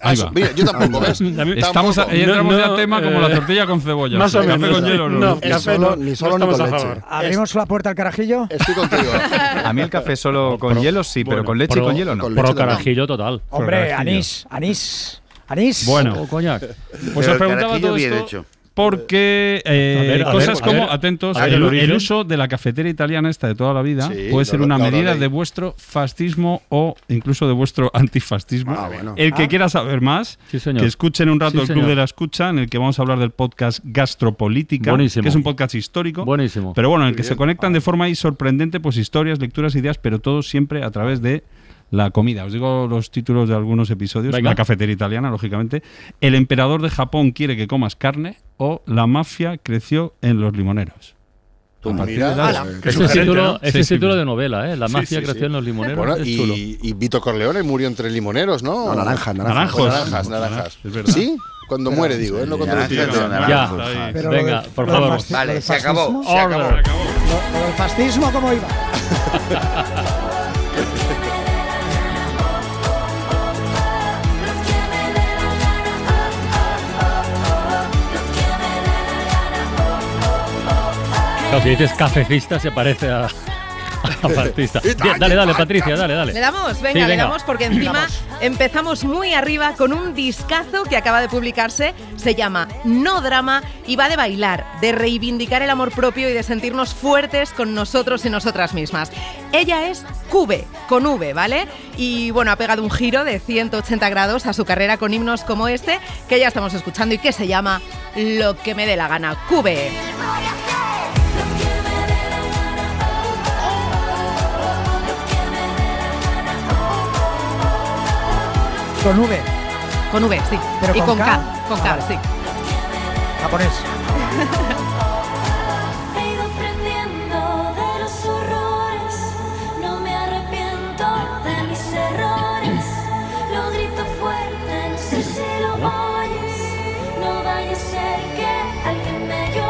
Speaker 11: Ah, eso, mira, yo tampoco, ¿ves?
Speaker 17: Estamos a-
Speaker 11: Tampoco.
Speaker 17: ahí entramos ya al tema como
Speaker 2: Eh,
Speaker 17: la tortilla con cebolla.
Speaker 11: Más o
Speaker 17: El café
Speaker 11: menos.
Speaker 17: con hielo, no.
Speaker 11: No, Ni café solo- no, ni solo no ni con estamos a leche. favor.
Speaker 13: ¿Abrimos la puerta al carajillo?
Speaker 11: Estoy contigo.
Speaker 21: A mí el café solo con hielo sí, pero con leche y con hielo no.
Speaker 19: total.
Speaker 13: Hombre,
Speaker 21: Pro carajillo.
Speaker 13: anís, anís, anís.
Speaker 17: Bueno. O Pues os preguntaba todo esto porque eh,
Speaker 19: A ver, a ver,
Speaker 17: cosas
Speaker 19: a
Speaker 17: como,
Speaker 19: ver.
Speaker 17: atentos,
Speaker 19: A ver,
Speaker 17: el,
Speaker 19: el origen.
Speaker 17: el uso de la cafetera italiana esta de toda la vida
Speaker 19: Sí,
Speaker 17: puede
Speaker 19: lo-
Speaker 17: ser
Speaker 19: lo-
Speaker 17: una
Speaker 19: lo- lo
Speaker 17: medida
Speaker 19: leí.
Speaker 17: de vuestro fascismo o incluso de vuestro antifascismo.
Speaker 19: Ah, bueno.
Speaker 17: El que
Speaker 19: Ah.
Speaker 17: quiera saber más,
Speaker 19: Sí, señor.
Speaker 17: que escuchen un rato
Speaker 19: Sí,
Speaker 17: el Club
Speaker 19: señor.
Speaker 17: de la Escucha, en el que vamos a hablar del podcast Gastropolítica,
Speaker 19: Buenísimo.
Speaker 17: que es un podcast histórico.
Speaker 19: Buenísimo.
Speaker 17: Pero bueno, en el
Speaker 19: Muy
Speaker 17: que se
Speaker 19: bien.
Speaker 17: conectan de forma ahí sorprendente pues historias, lecturas, ideas, pero todo siempre a través de la comida. Os digo los títulos de algunos episodios.
Speaker 19: Venga.
Speaker 17: La cafetera italiana, lógicamente. El emperador de Japón quiere que comas carne o la mafia creció en los limoneros. A partir de la-
Speaker 19: Ese es
Speaker 17: sugerente,
Speaker 19: título,
Speaker 17: ¿no?
Speaker 19: ese
Speaker 17: Sí,
Speaker 19: es
Speaker 17: sí,
Speaker 19: título
Speaker 17: sí.
Speaker 19: de novela, ¿eh? La
Speaker 17: Sí,
Speaker 19: mafia
Speaker 17: sí,
Speaker 19: creció
Speaker 17: sí.
Speaker 19: en los limoneros.
Speaker 11: Bueno,
Speaker 19: es chulo.
Speaker 11: y, y Vito Corleone murió entre limoneros, ¿no?
Speaker 19: No, naranjas, naranjas.
Speaker 11: Naranjos.
Speaker 19: Naranjos.
Speaker 11: naranjas, naranjas.
Speaker 19: Es verdad.
Speaker 11: Sí, cuando muere, digo, ¿eh? No cuando
Speaker 19: Naranjas,
Speaker 11: lo tiran.
Speaker 19: naranjas. Ya. Pero lo Venga, de- por lo del favor. fasci-
Speaker 8: Vale,
Speaker 19: lo del
Speaker 8: se acabó.
Speaker 19: fascismo.
Speaker 8: Se acabó.
Speaker 19: Orden.
Speaker 13: Lo, lo del fascismo, ¿cómo iba?
Speaker 19: Claro, si dices cafecista se parece a, a fascista. Bien, dale, dale, Patricia, dale, dale.
Speaker 20: Le damos, venga,
Speaker 19: Sí,
Speaker 20: le damos porque encima empezamos muy arriba con un discazo que acaba de publicarse. Se llama No Drama y va de bailar, de reivindicar el amor propio y de sentirnos fuertes con nosotros y nosotras mismas. Ella es Cube, con V, ¿vale? Y bueno, ha pegado un giro de 180 grados a su carrera con himnos como este que ya estamos escuchando y que se llama Lo que me dé la gana, Cube.
Speaker 13: Con V,
Speaker 20: Con V, sí.
Speaker 13: Pero
Speaker 20: y
Speaker 13: con
Speaker 20: con K,
Speaker 13: K. Ah,
Speaker 20: con K, sí.
Speaker 13: japonés.
Speaker 14: He ido aprendiendo de los horrores, no me arrepiento de mis errores. Lo grito fuerte, no sé si lo oyes. No vaya a ser que alguien me llore.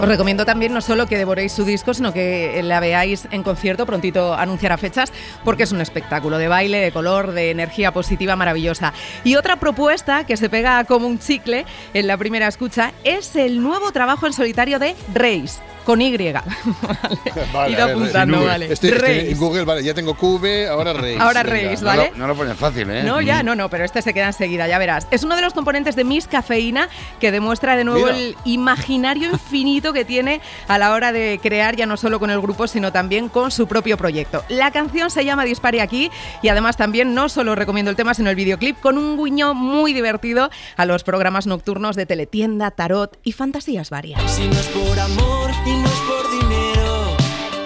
Speaker 20: Os recomiendo también no solo que devoréis su disco, sino que la veáis en concierto, prontito anunciará fechas, porque es un espectáculo de baile, de color, de energía positiva maravillosa. Y otra propuesta que se pega como un chicle en la primera escucha es el nuevo trabajo en solitario de Reis, con Y.
Speaker 11: Vale,
Speaker 20: Ido
Speaker 11: a ver,
Speaker 20: apuntando,
Speaker 11: Google.
Speaker 20: vale.
Speaker 11: Estoy, estoy
Speaker 20: Reis.
Speaker 11: en Google, vale, ya tengo Cube, ahora Reis.
Speaker 20: Ahora Reis,
Speaker 11: Venga.
Speaker 20: ¿vale?
Speaker 8: No lo pones fácil, ¿eh?
Speaker 20: No,
Speaker 11: Mm.
Speaker 20: ya, no, no, pero este se queda enseguida, ya verás. Es uno de los componentes de Miss Cafeína que demuestra de nuevo
Speaker 11: Mira.
Speaker 20: el imaginario infinito que tiene a la hora de crear ya no solo con el grupo, sino también con su propio proyecto. La canción se llama Dispare aquí y además también no solo recomiendo el tema, sino el videoclip con un guiño muy divertido a los programas nocturnos de Teletienda, Tarot y Fantasías Varias.
Speaker 5: Si no es por amor y no es por dinero,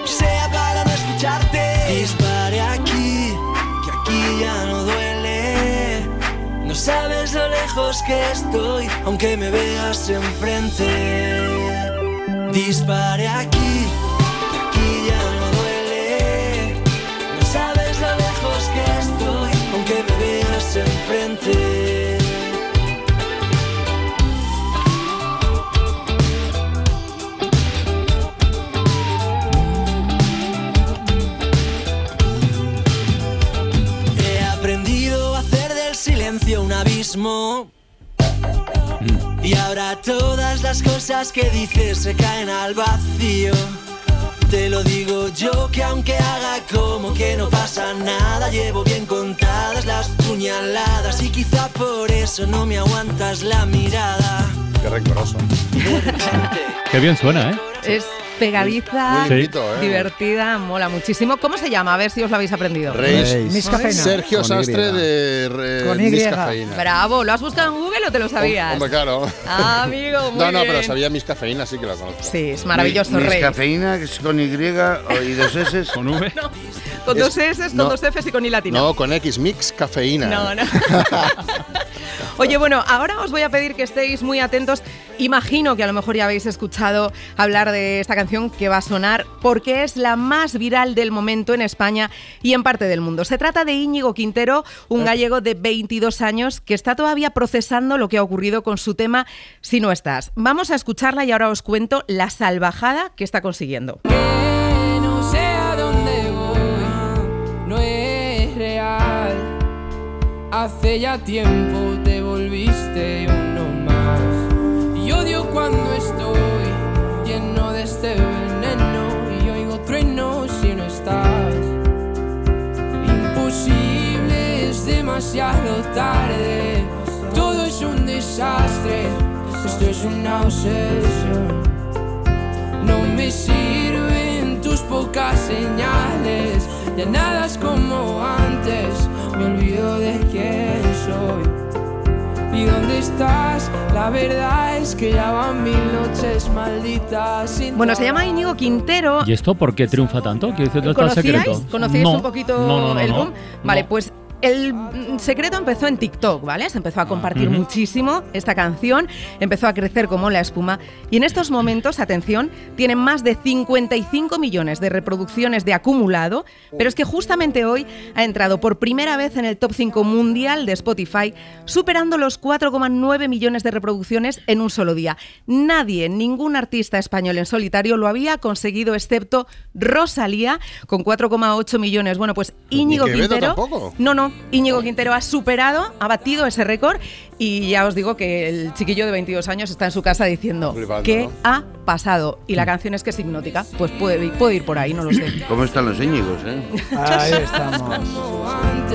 Speaker 5: sea para no escucharte. Dispare aquí, que aquí ya no duele. No sabes lo lejos que estoy, aunque me veas enfrente. Dispare aquí, que aquí ya no duele. No sabes lo lejos que estoy, aunque me veas enfrente. He aprendido a hacer del silencio un abismo. Y ahora todas las cosas que dices se caen al vacío. Te lo digo yo que aunque haga como que no pasa nada, llevo bien contadas las puñaladas y quizá por eso no me aguantas la mirada.
Speaker 11: Qué rencoroso.
Speaker 19: Qué bien suena, ¿eh?
Speaker 20: Es pegadiza,
Speaker 19: Muy limpito, ¿eh?
Speaker 20: divertida, mola muchísimo. ¿Cómo se llama? A ver si os lo habéis aprendido.
Speaker 11: Reis.
Speaker 20: Miss Cafeína.
Speaker 11: Sergio
Speaker 20: Con Y.
Speaker 11: Sastre de Re-
Speaker 20: Con
Speaker 11: Miss
Speaker 20: Y.
Speaker 11: Cafeína.
Speaker 20: Bravo, ¿lo has buscado en Google o te lo sabías?
Speaker 11: Hombre, claro.
Speaker 20: Ah, amigo, muy
Speaker 11: No, no,
Speaker 20: bien.
Speaker 11: pero sabía mis cafeína, sí que la conozco.
Speaker 20: Sí, es maravilloso,
Speaker 8: Mis
Speaker 20: Reis.
Speaker 8: cafeína que es con Y o- y dos S.
Speaker 17: ¿Con V?
Speaker 20: Con dos
Speaker 11: Es-
Speaker 20: S, con
Speaker 11: no.
Speaker 20: dos Fs y con I latina.
Speaker 11: No, con X, mix cafeína.
Speaker 20: No, no. Oye, bueno, ahora os voy a pedir que estéis muy atentos. Imagino que a lo mejor ya habéis escuchado hablar de esta canción que va a sonar porque es la más viral del momento en España y en parte del mundo. Se trata de Íñigo Quintero, un gallego de 22 años que está todavía procesando lo que ha ocurrido con su tema Si no estás. Vamos a escucharla y ahora os cuento la salvajada que está consiguiendo.
Speaker 16: que no sé a dónde voy no es real. A hace ya tiempo te volviste uno más. Y odio cuando estoy lleno de este veneno y oigo trueno si no estás. Imposible, es demasiado tarde. Todo es un desastre, esto es una obsesión. No me sirven tus pocas señales, ya nada es como antes, me olvido de quién soy. ¿Y dónde estás? La verdad es que ya van mil noches malditas. sin
Speaker 20: Bueno, se llama Íñigo Quintero.
Speaker 19: ¿Y esto por qué triunfa tanto? Quiero decir, ¿dónde está el
Speaker 20: ¿Conocíais?
Speaker 19: secreto?
Speaker 20: ¿Conocíais
Speaker 19: No,
Speaker 20: un poquito
Speaker 19: no, no, no,
Speaker 20: el
Speaker 19: no.
Speaker 20: boom? Vale, pues el mm, secreto empezó en TikTok, ¿vale? Se empezó a compartir
Speaker 19: ujú.
Speaker 20: muchísimo esta canción, empezó a crecer como la espuma y en estos momentos, atención, tienen más de 55 millones de reproducciones de acumulado, pero es que justamente hoy ha entrado por primera vez en el top 5 mundial de Spotify, superando los 4,9 millones de reproducciones en un solo día. Nadie, ningún artista español en solitario lo había conseguido excepto Rosalía con 4,8 millones. Bueno, pues Íñigo
Speaker 11: Quevedo
Speaker 20: Quintero
Speaker 11: tampoco.
Speaker 20: no, no, Íñigo Quintero ha superado, ha batido ese récord y ya os digo que el chiquillo de 22 años está en su casa diciendo
Speaker 8: Flipando,
Speaker 20: ¿qué
Speaker 8: ¿no?
Speaker 20: ha pasado? Y la canción es que es hipnótica, pues puede, puede ir por ahí, no lo sé.
Speaker 8: ¿Cómo están los Íñigos, eh?
Speaker 20: Ahí
Speaker 16: estamos.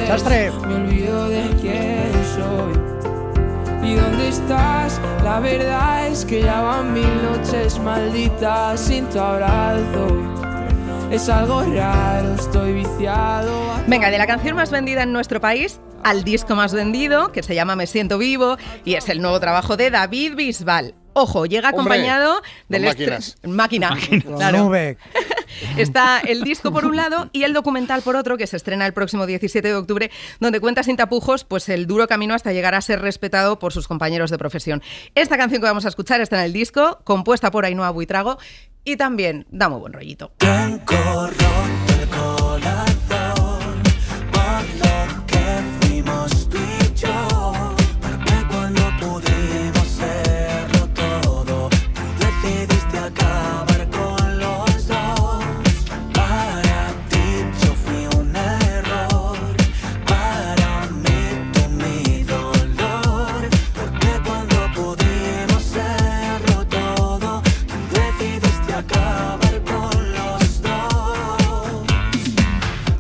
Speaker 16: Sastre. Me olvido de quién soy. ¿Y dónde estás? La verdad es que ya van mil noches malditas sin tu abrazo. Es algo raro, estoy viciado. a-
Speaker 20: Venga, de la canción más vendida en nuestro país al disco más vendido, que se llama Me siento vivo y es el nuevo trabajo de David Bisbal. Ojo, llega
Speaker 11: Hombre,
Speaker 20: acompañado del
Speaker 11: con
Speaker 20: estre-
Speaker 11: máquinas.
Speaker 20: máquina. Claro. Está el disco por un lado y el documental por otro, que se estrena el próximo 17 de octubre, donde cuenta sin tapujos pues el duro camino hasta llegar a ser respetado por sus compañeros de profesión. Esta canción que vamos a escuchar está en el disco, compuesta por Ainhoa Buitrago y también da muy buen rollito.
Speaker 5: fuimos tú y yo. Porque cuando pudimos serlo todo, tú decidiste acabar con los dos. Para ti yo fui un error, para mí tú mi dolor. Porque cuando pudimos serlo todo, tú decidiste acabar con los dos.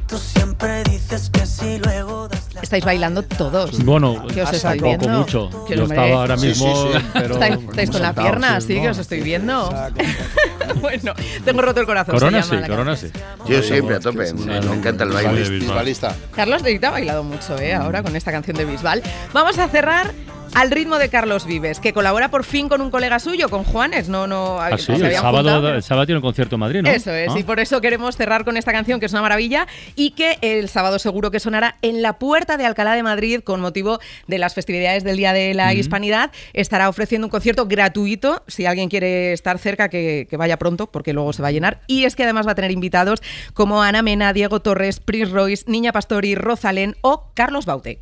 Speaker 5: Tú siempre dices que si luego
Speaker 20: Estáis bailando todos.
Speaker 19: Pues, Bueno,
Speaker 20: ¿Qué os estáis
Speaker 19: poco,
Speaker 20: viendo?
Speaker 19: mucho.
Speaker 20: Que
Speaker 19: Yo
Speaker 20: hombre,
Speaker 19: estaba ahora mismo, pero
Speaker 20: estáis estáis con la
Speaker 19: sentado,
Speaker 20: pierna,
Speaker 19: sí,
Speaker 20: sí, que os estoy viendo. bueno, tengo roto el corazón. se
Speaker 19: Corona
Speaker 20: llama
Speaker 19: sí,
Speaker 20: la
Speaker 19: corona sí.
Speaker 8: Yo siempre a tope, me encanta el baile.
Speaker 11: Bisbalista.
Speaker 20: Carlos Deita ha bailado mucho ¿eh? ahora con esta canción de Bisbal. Vamos a cerrar al ritmo de Carlos Vives, que colabora por fin con un colega suyo, con Juanes. No, no,
Speaker 19: Ah, sí,
Speaker 20: se
Speaker 19: el
Speaker 20: habían
Speaker 19: sábado,
Speaker 20: juntado, pero-
Speaker 19: el sábado tiene un concierto en Madrid, ¿no?
Speaker 20: Eso es,
Speaker 19: Ah.
Speaker 20: y por eso queremos cerrar con esta canción que es una maravilla y que el sábado seguro que sonará en la puerta de Alcalá de Madrid con motivo de las festividades del Día de la
Speaker 19: Ujú.
Speaker 20: Hispanidad. Estará ofreciendo un concierto gratuito, si alguien quiere estar cerca, que, que vaya pronto porque luego se va a llenar. Y es que además va a tener invitados como Ana Mena, Diego Torres, Prince Royce, Niña Pastori, Rosalén o Carlos Baute.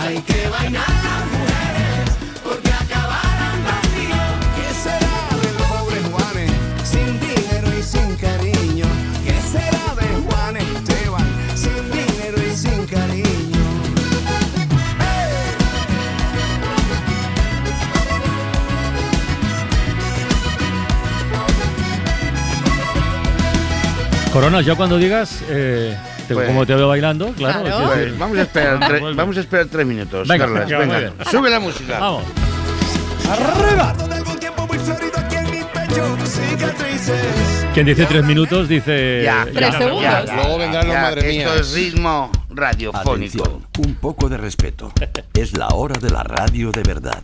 Speaker 5: Hay que bailar las mujeres porque acabaron contigo. ¿Qué será de los pobres Juanes sin dinero y sin cariño? ¿Qué será de Juan Esteban sin dinero y sin cariño?
Speaker 19: Corona, yo cuando digas, eh, te-
Speaker 8: Pues-
Speaker 19: como te veo bailando, claro. quiero decir-
Speaker 8: Pues vamos a esperar, tre-
Speaker 19: Vuelve.
Speaker 8: vamos a esperar tres minutos,
Speaker 19: Venga,
Speaker 8: Carlos.
Speaker 19: venga, muy
Speaker 8: Venga,
Speaker 19: bien.
Speaker 8: sube la música.
Speaker 19: Vamos.
Speaker 5: ¡Arriba! Todo algún tiempo muy florido aquí en mi pecho, cicatrices.
Speaker 19: Quien dice tres minutos dice.
Speaker 11: Luego vendrán los
Speaker 8: ya,
Speaker 11: madre
Speaker 8: Esto
Speaker 11: mías.
Speaker 8: es ritmo radiofónico.
Speaker 22: Atención, un poco de respeto. Es la hora de la radio de verdad.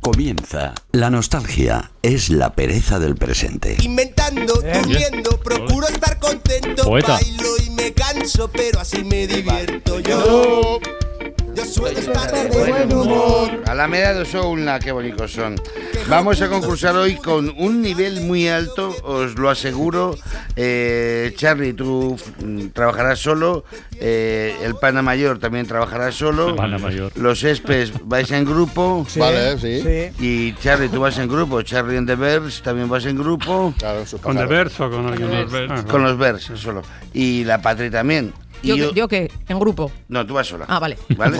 Speaker 22: Comienza. La nostalgia es la pereza del presente.
Speaker 5: Inventando,
Speaker 19: Eh,
Speaker 5: durmiendo, procuro estar contento,
Speaker 22: Poeta.
Speaker 5: bailo y me canso, pero así me divierto yo. Yo
Speaker 4: Yo suelo estar de
Speaker 8: Buen humor. Alameda de Soulna, qué bonitos son. Vamos a concursar hoy con un nivel muy alto, os lo aseguro. Eh, Charlie, tú mm, trabajarás solo. Eh, el Pana Mayor también trabajará solo.
Speaker 19: El Pana Mayor.
Speaker 8: Los Espes vais en grupo.
Speaker 11: Sí. Vale, sí. Sí.
Speaker 8: Y Charlie, tú vas en grupo. Charlie and the Birds también vas en grupo.
Speaker 2: ¿Con The Birds o con alguien más? Ah,
Speaker 8: Con los Birds, solo. Y la Patri también. Y
Speaker 20: ¿Yo, yo qué? ¿En grupo?
Speaker 8: No, tú vas sola.
Speaker 20: Ah, vale.
Speaker 8: ¿Vale?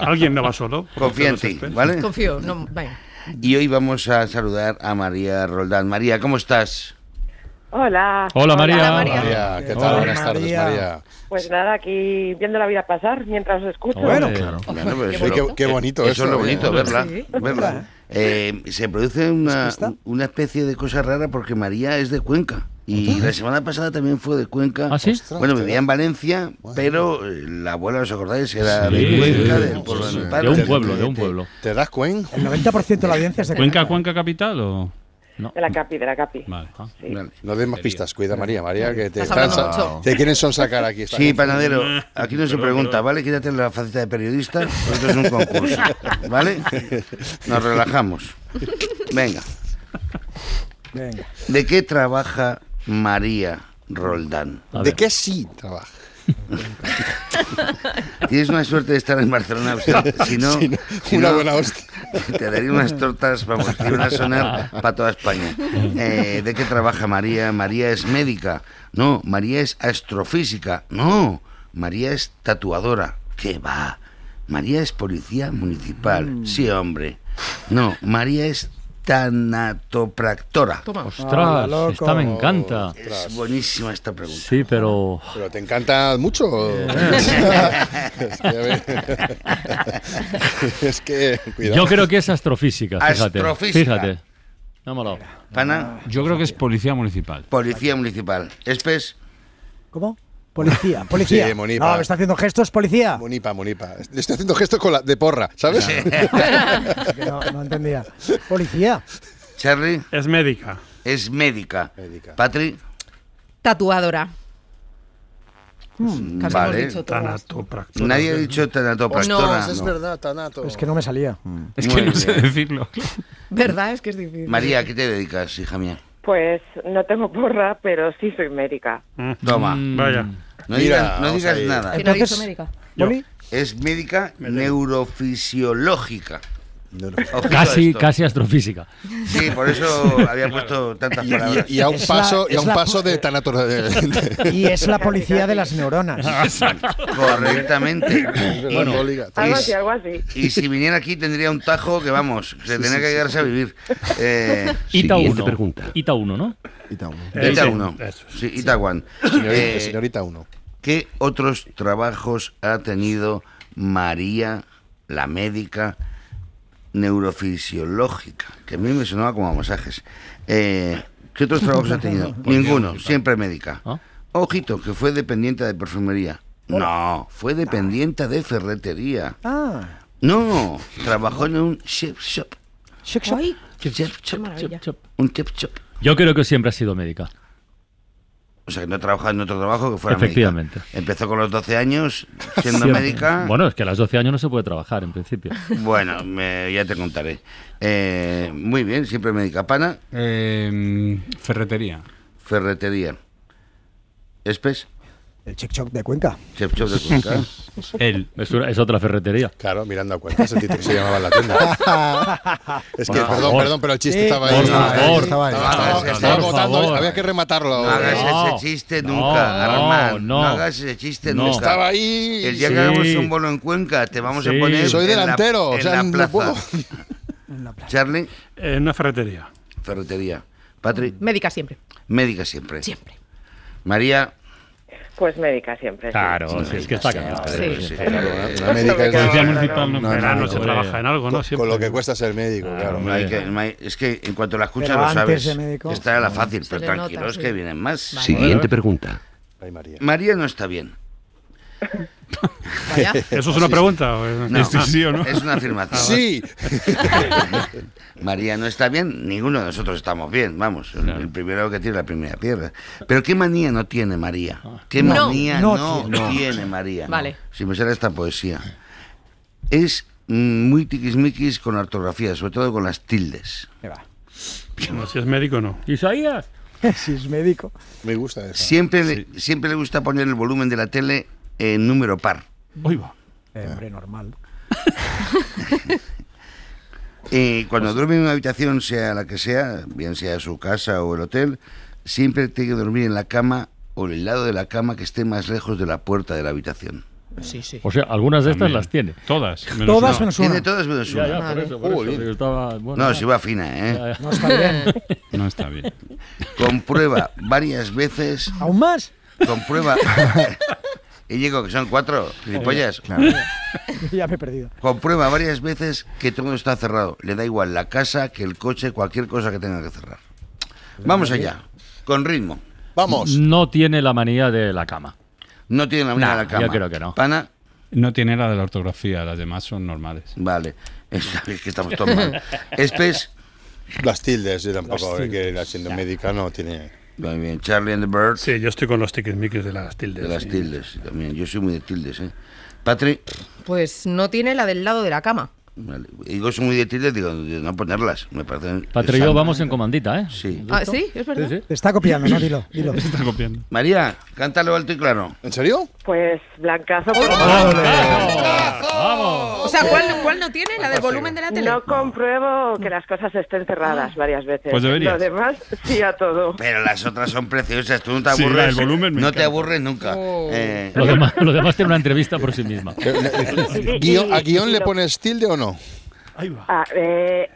Speaker 2: Alguien no va solo.
Speaker 8: Confía en ti, ¿vale?
Speaker 20: Confío. No, venga.
Speaker 8: Y hoy vamos a saludar a María Roldán. María, ¿cómo estás?
Speaker 6: Hola.
Speaker 19: Hola, María.
Speaker 11: María, ¿qué tal?
Speaker 19: Hola,
Speaker 11: Buenas tardes,
Speaker 19: María.
Speaker 11: María.
Speaker 6: Pues nada, aquí viendo la vida pasar mientras os escucho.
Speaker 11: Hombre.
Speaker 8: Bueno,
Speaker 11: Qué
Speaker 8: pues
Speaker 11: bonito.
Speaker 8: eso-
Speaker 11: Oye, qué- qué bonito
Speaker 8: eso.
Speaker 11: eso,
Speaker 8: es lo
Speaker 11: ¿eh?
Speaker 8: bonito,
Speaker 11: Hombre,
Speaker 8: verla.
Speaker 11: sí.
Speaker 8: verla. Eh, se produce una, una especie de cosa rara porque María es de Cuenca.
Speaker 11: Ah, ¿eh?
Speaker 8: Y la semana pasada también fue de Cuenca.
Speaker 19: ¿Ah, sí?
Speaker 8: Bueno, vivía en Valencia, pero eh, la abuela, ¿os acordáis? Era
Speaker 19: Sí,
Speaker 8: de Cuenca,
Speaker 19: sí,
Speaker 8: del
Speaker 19: sí,
Speaker 8: pueblo de
Speaker 19: sí.
Speaker 8: mi
Speaker 19: De
Speaker 8: padre.
Speaker 19: un pueblo, de un pueblo.
Speaker 11: ¿Te das cuenta?
Speaker 13: El 90% de la audiencia se
Speaker 17: ¿Cuenca, Cuenca capital o...?
Speaker 6: De la capi, de la capi.
Speaker 17: Vale.
Speaker 11: Vale. No des más pistas, cuida María, María, que te,
Speaker 6: Estás hablando
Speaker 11: están-
Speaker 6: mucho.
Speaker 11: te quieren sonsacar aquí. esta
Speaker 8: Sí,
Speaker 11: gente.
Speaker 8: panadero, aquí no se pregunta, ¿vale? Quítate la faceta de periodista, porque esto es un concurso, ¿vale? Nos relajamos. Venga.
Speaker 13: Venga.
Speaker 8: ¿De qué trabaja María Roldán?
Speaker 11: A ¿De ver. qué sí trabaja?
Speaker 8: Tienes una suerte de estar en Barcelona, usted, si no...
Speaker 11: Si no,
Speaker 8: si
Speaker 11: una
Speaker 8: no,
Speaker 11: buena hostia.
Speaker 8: Te daría unas tortas, vamos, te iban a sonar para toda España. Eh, ¿De qué trabaja María? María es médica. No, María es astrofísica. No, María es tatuadora. ¿Qué va? María es policía municipal.
Speaker 17: Mm.
Speaker 8: Sí, hombre. No, María es tanatopractora.
Speaker 20: Toma.
Speaker 19: Ostras, esta me encanta.
Speaker 8: Es buenísima esta pregunta.
Speaker 19: Sí, pero.
Speaker 11: Pero te encanta mucho. es que, a ver. Es que, cuidado.
Speaker 19: Yo creo que es astrofísica, fíjate.
Speaker 8: Astrofísica.
Speaker 19: Fíjate. No me lo-
Speaker 8: Pana,
Speaker 17: Yo creo que es policía municipal.
Speaker 8: policía municipal. Espes,
Speaker 13: ¿Cómo? Policía, policía.
Speaker 11: Sí, Monipa.
Speaker 13: no, me está haciendo gestos, policía.
Speaker 11: Monipa, Monipa. Le estoy haciendo gestos con la, de porra, ¿sabes?
Speaker 13: No, no entendía. Policía.
Speaker 8: Charlie.
Speaker 2: Es médica.
Speaker 8: Es médica. Patri,
Speaker 20: Tatuadora. casi hemos
Speaker 8: vale.
Speaker 20: dicho todas.
Speaker 2: Tanatopractora.
Speaker 8: Nadie ha dicho tanatopractora.
Speaker 11: Ostras, Oh, es
Speaker 8: no.
Speaker 11: verdad, Tanato.
Speaker 13: Es que no me salía.
Speaker 8: Es que Mm. Muy no sé bien.
Speaker 17: decirlo.
Speaker 20: ¿Verdad? Es que es difícil.
Speaker 8: María, ¿a qué te dedicas, hija mía?
Speaker 6: Pues no tengo porra, pero sí soy médica.
Speaker 8: Toma. Mm.
Speaker 2: Vaya.
Speaker 8: No
Speaker 11: Mm. Mira,
Speaker 8: digas, no
Speaker 11: vamos
Speaker 8: digas
Speaker 11: ahí.
Speaker 8: nada.
Speaker 20: ¿Quién ha dicho médica?
Speaker 8: Yo. Es médica neurofisiológica. Ojito a
Speaker 19: Casi,
Speaker 8: esto.
Speaker 19: casi astrofísica.
Speaker 8: Sí, por eso había puesto tantas
Speaker 11: Y,
Speaker 8: palabras.
Speaker 11: y- y a un
Speaker 13: Es la-
Speaker 11: paso, y a
Speaker 13: es
Speaker 11: un
Speaker 13: la-
Speaker 11: paso de Tanato.
Speaker 13: Y es la policía de las
Speaker 8: Ah.
Speaker 13: neuronas.
Speaker 8: Correctamente.
Speaker 11: Bueno,
Speaker 6: Algo
Speaker 8: Y-
Speaker 6: así, algo así.
Speaker 8: Y si viniera aquí tendría un tajo que vamos, se tendría que quedarse a vivir. Eh,
Speaker 19: Ita
Speaker 22: Siguiente
Speaker 19: 1.
Speaker 22: pregunta.
Speaker 19: Ita 1, ¿no?
Speaker 8: Ita
Speaker 19: Eh, Sí,
Speaker 8: 1.
Speaker 19: eso es.
Speaker 8: Sí, Ita 1.
Speaker 11: Señorita, señorita uno.
Speaker 8: ¿Qué otros trabajos ha tenido María, la médica neurofisiológica? Que a mí me sonaba como a masajes. Eh, ¿Qué otros trabajos ha tenido? Ninguno, siempre médica. Ojito, que fue dependiente de perfumería. No, fue dependiente de ferretería.
Speaker 13: Ah,
Speaker 8: No, trabajó en un chip shop.
Speaker 13: Shake Shop.
Speaker 8: Chip shop,
Speaker 20: Qué
Speaker 8: chip shop,
Speaker 20: maravilla.
Speaker 8: un chip shop.
Speaker 19: Yo creo que siempre ha sido médica.
Speaker 8: O sea, que no trabajaba en otro trabajo que fuera
Speaker 19: Efectivamente.
Speaker 8: médica. Empezó con los 12 años siendo
Speaker 19: Siempre.
Speaker 8: médica.
Speaker 19: Bueno, es que a los 12 años no se puede trabajar, en principio.
Speaker 8: Bueno, me- ya te contaré. Eh, muy bien, siempre médica. Pana,
Speaker 17: Eh, ferretería.
Speaker 8: ferretería. Espes,
Speaker 13: El check shock de Cuenca.
Speaker 8: chef shop de Cuenca.
Speaker 17: Él.
Speaker 19: Es, una- es otra ferretería.
Speaker 11: Claro, mirando a cuentas, el título se llamaba la tienda. es que,
Speaker 19: Por
Speaker 11: perdón,
Speaker 19: favor.
Speaker 11: perdón, pero el chiste
Speaker 19: Sí.
Speaker 11: estaba ahí.
Speaker 19: Por
Speaker 11: Estaba ahí,
Speaker 19: favor.
Speaker 11: estaba
Speaker 19: Por
Speaker 11: ahí. Estaba-
Speaker 19: favor.
Speaker 11: estaba
Speaker 19: Por
Speaker 11: agotando,
Speaker 19: favor.
Speaker 11: había que rematarlo.
Speaker 8: No hagas
Speaker 19: No,
Speaker 8: ese chiste
Speaker 19: no,
Speaker 8: nunca,
Speaker 19: no,
Speaker 8: Armand. No,
Speaker 19: no.
Speaker 8: hagas ese chiste
Speaker 19: No.
Speaker 8: nunca.
Speaker 11: Estaba ahí.
Speaker 8: El día
Speaker 19: Sí.
Speaker 8: que hagamos un bolo en Cuenca, te vamos
Speaker 19: Sí.
Speaker 8: a poner.
Speaker 11: Soy
Speaker 8: en la-
Speaker 11: delantero,
Speaker 8: en
Speaker 11: o sea,
Speaker 8: la
Speaker 11: no
Speaker 8: plaza.
Speaker 11: puedo.
Speaker 8: Charlie,
Speaker 2: Eh, En una ferretería.
Speaker 8: ferretería. Patri,
Speaker 20: Médica siempre.
Speaker 8: médica siempre.
Speaker 20: Siempre.
Speaker 8: María.
Speaker 6: Pues médica siempre. sí.
Speaker 19: Claro, si es que está claro.
Speaker 8: siempre,
Speaker 19: Sí.
Speaker 8: sí.
Speaker 11: La médica es-
Speaker 2: Policía municipal no,
Speaker 11: no,
Speaker 2: en verano
Speaker 11: no,
Speaker 2: se
Speaker 11: hombre.
Speaker 2: trabaja en algo, ¿no?
Speaker 11: Con, con
Speaker 2: Siempre. Ah,
Speaker 11: lo que cuesta ser médico, claro.
Speaker 8: No hay que- no hay- es que en cuanto la escuchas
Speaker 13: Pero
Speaker 8: lo
Speaker 13: antes
Speaker 8: sabes.
Speaker 13: de médico.
Speaker 8: Esta era la fácil, pero
Speaker 20: le nota,
Speaker 8: tranquilos
Speaker 20: sí.
Speaker 8: que vienen más.
Speaker 20: Vale.
Speaker 22: Siguiente pregunta.
Speaker 11: Ay, María.
Speaker 8: María no está bien.
Speaker 20: Vaya.
Speaker 2: ¿Eso es una pregunta? o es-
Speaker 8: No,
Speaker 2: ¿Es sí o no? Ah,
Speaker 8: Es una afirmación.
Speaker 11: Sí.
Speaker 8: María no está bien, ninguno de nosotros estamos bien, vamos. El, el primero que tiene la primera piedra. Pero ¿qué manía no tiene María? ¿Qué
Speaker 20: No,
Speaker 8: manía
Speaker 13: no
Speaker 8: no,
Speaker 13: tiene.
Speaker 8: tiene María?
Speaker 20: Vale.
Speaker 8: Si me sale esta poesía. es mm, muy tiquismiquis con la ortografía, sobre todo con las tildes.
Speaker 2: No, si es médico, no.
Speaker 19: ¿Isaías?
Speaker 8: si es médico. Me gusta eso. Siempre, le, siempre le gusta poner el volumen de la tele en número par.
Speaker 2: Hoy va.
Speaker 8: Eh, hombre, normal. cuando duerme en una habitación, sea la que sea, bien sea su casa o el hotel, siempre tiene que dormir en la cama o en el lado de la cama que esté más lejos de la puerta de la habitación.
Speaker 19: Sí, sí. O sea, algunas de estas
Speaker 8: También.
Speaker 19: las tiene.
Speaker 17: Todas.
Speaker 8: menos Todas una. menos una.
Speaker 19: Tiene
Speaker 8: todas menos
Speaker 19: Ya,
Speaker 8: una.
Speaker 19: ya, por
Speaker 8: Vale.
Speaker 19: eso, por eso,
Speaker 8: Jolín.
Speaker 19: digo, estaba- bueno,
Speaker 8: no,
Speaker 19: ya.
Speaker 8: si va fina, ¿eh?
Speaker 19: Ya, ya. No está bien.
Speaker 17: No está bien.
Speaker 8: Comprueba varias veces.
Speaker 13: ¿Aún más?
Speaker 8: Comprueba. y digo que son cuatro, gilipollas.
Speaker 13: ya me he perdido.
Speaker 8: Comprueba varias veces que todo está cerrado. Le da igual la casa, que el coche, cualquier cosa que tenga que cerrar. Vamos allá, con ritmo. Vamos.
Speaker 19: No tiene la manía de la cama.
Speaker 8: No tiene la manía
Speaker 19: Nah,
Speaker 8: de la cama.
Speaker 19: yo creo que no.
Speaker 8: Pana.
Speaker 17: No tiene la de la ortografía, las demás son normales.
Speaker 8: Vale. Es que estamos todos mal. Este es-
Speaker 11: Las tildes, yo
Speaker 8: Las
Speaker 11: tampoco, eh, que la siendo médica no tiene.
Speaker 8: Muy bien, Charlie and the Bird.
Speaker 2: Sí, yo estoy con los tiquismiquis de las tildes.
Speaker 8: De las tildes, sí, también. Yo soy muy de tildes, ¿eh? Patri,
Speaker 20: Pues no tiene la del lado de la cama.
Speaker 8: vale. digo soy muy de tildes, digo, de no ponerlas. Me parecen.
Speaker 19: Patri y yo vamos en comandita, ¿eh?
Speaker 8: Sí.
Speaker 20: Ah, sí, es verdad.
Speaker 13: Te está copiando, ¿no? Dilo, dilo.
Speaker 8: María, cántalo alto y claro.
Speaker 11: ¿En serio?
Speaker 6: Pues blancazo.
Speaker 20: O sea, ¿cuál, cuál no tiene? ¿La del volumen de la tele? Ah.
Speaker 6: No compruebo que las cosas estén cerradas varias veces.
Speaker 8: Pues deberías.
Speaker 6: Lo demás, sí a todo.
Speaker 8: Pero las otras son preciosas, tú no te
Speaker 19: Sí, la
Speaker 8: aburres.
Speaker 19: del volumen me
Speaker 8: no te
Speaker 19: encanta.
Speaker 8: aburres nunca. Eh,
Speaker 19: Lo demás, lo demás tiene una entrevista por sí misma.
Speaker 11: eh, Guión- ¿A guión le pones tilde o no?
Speaker 6: Ah, eh,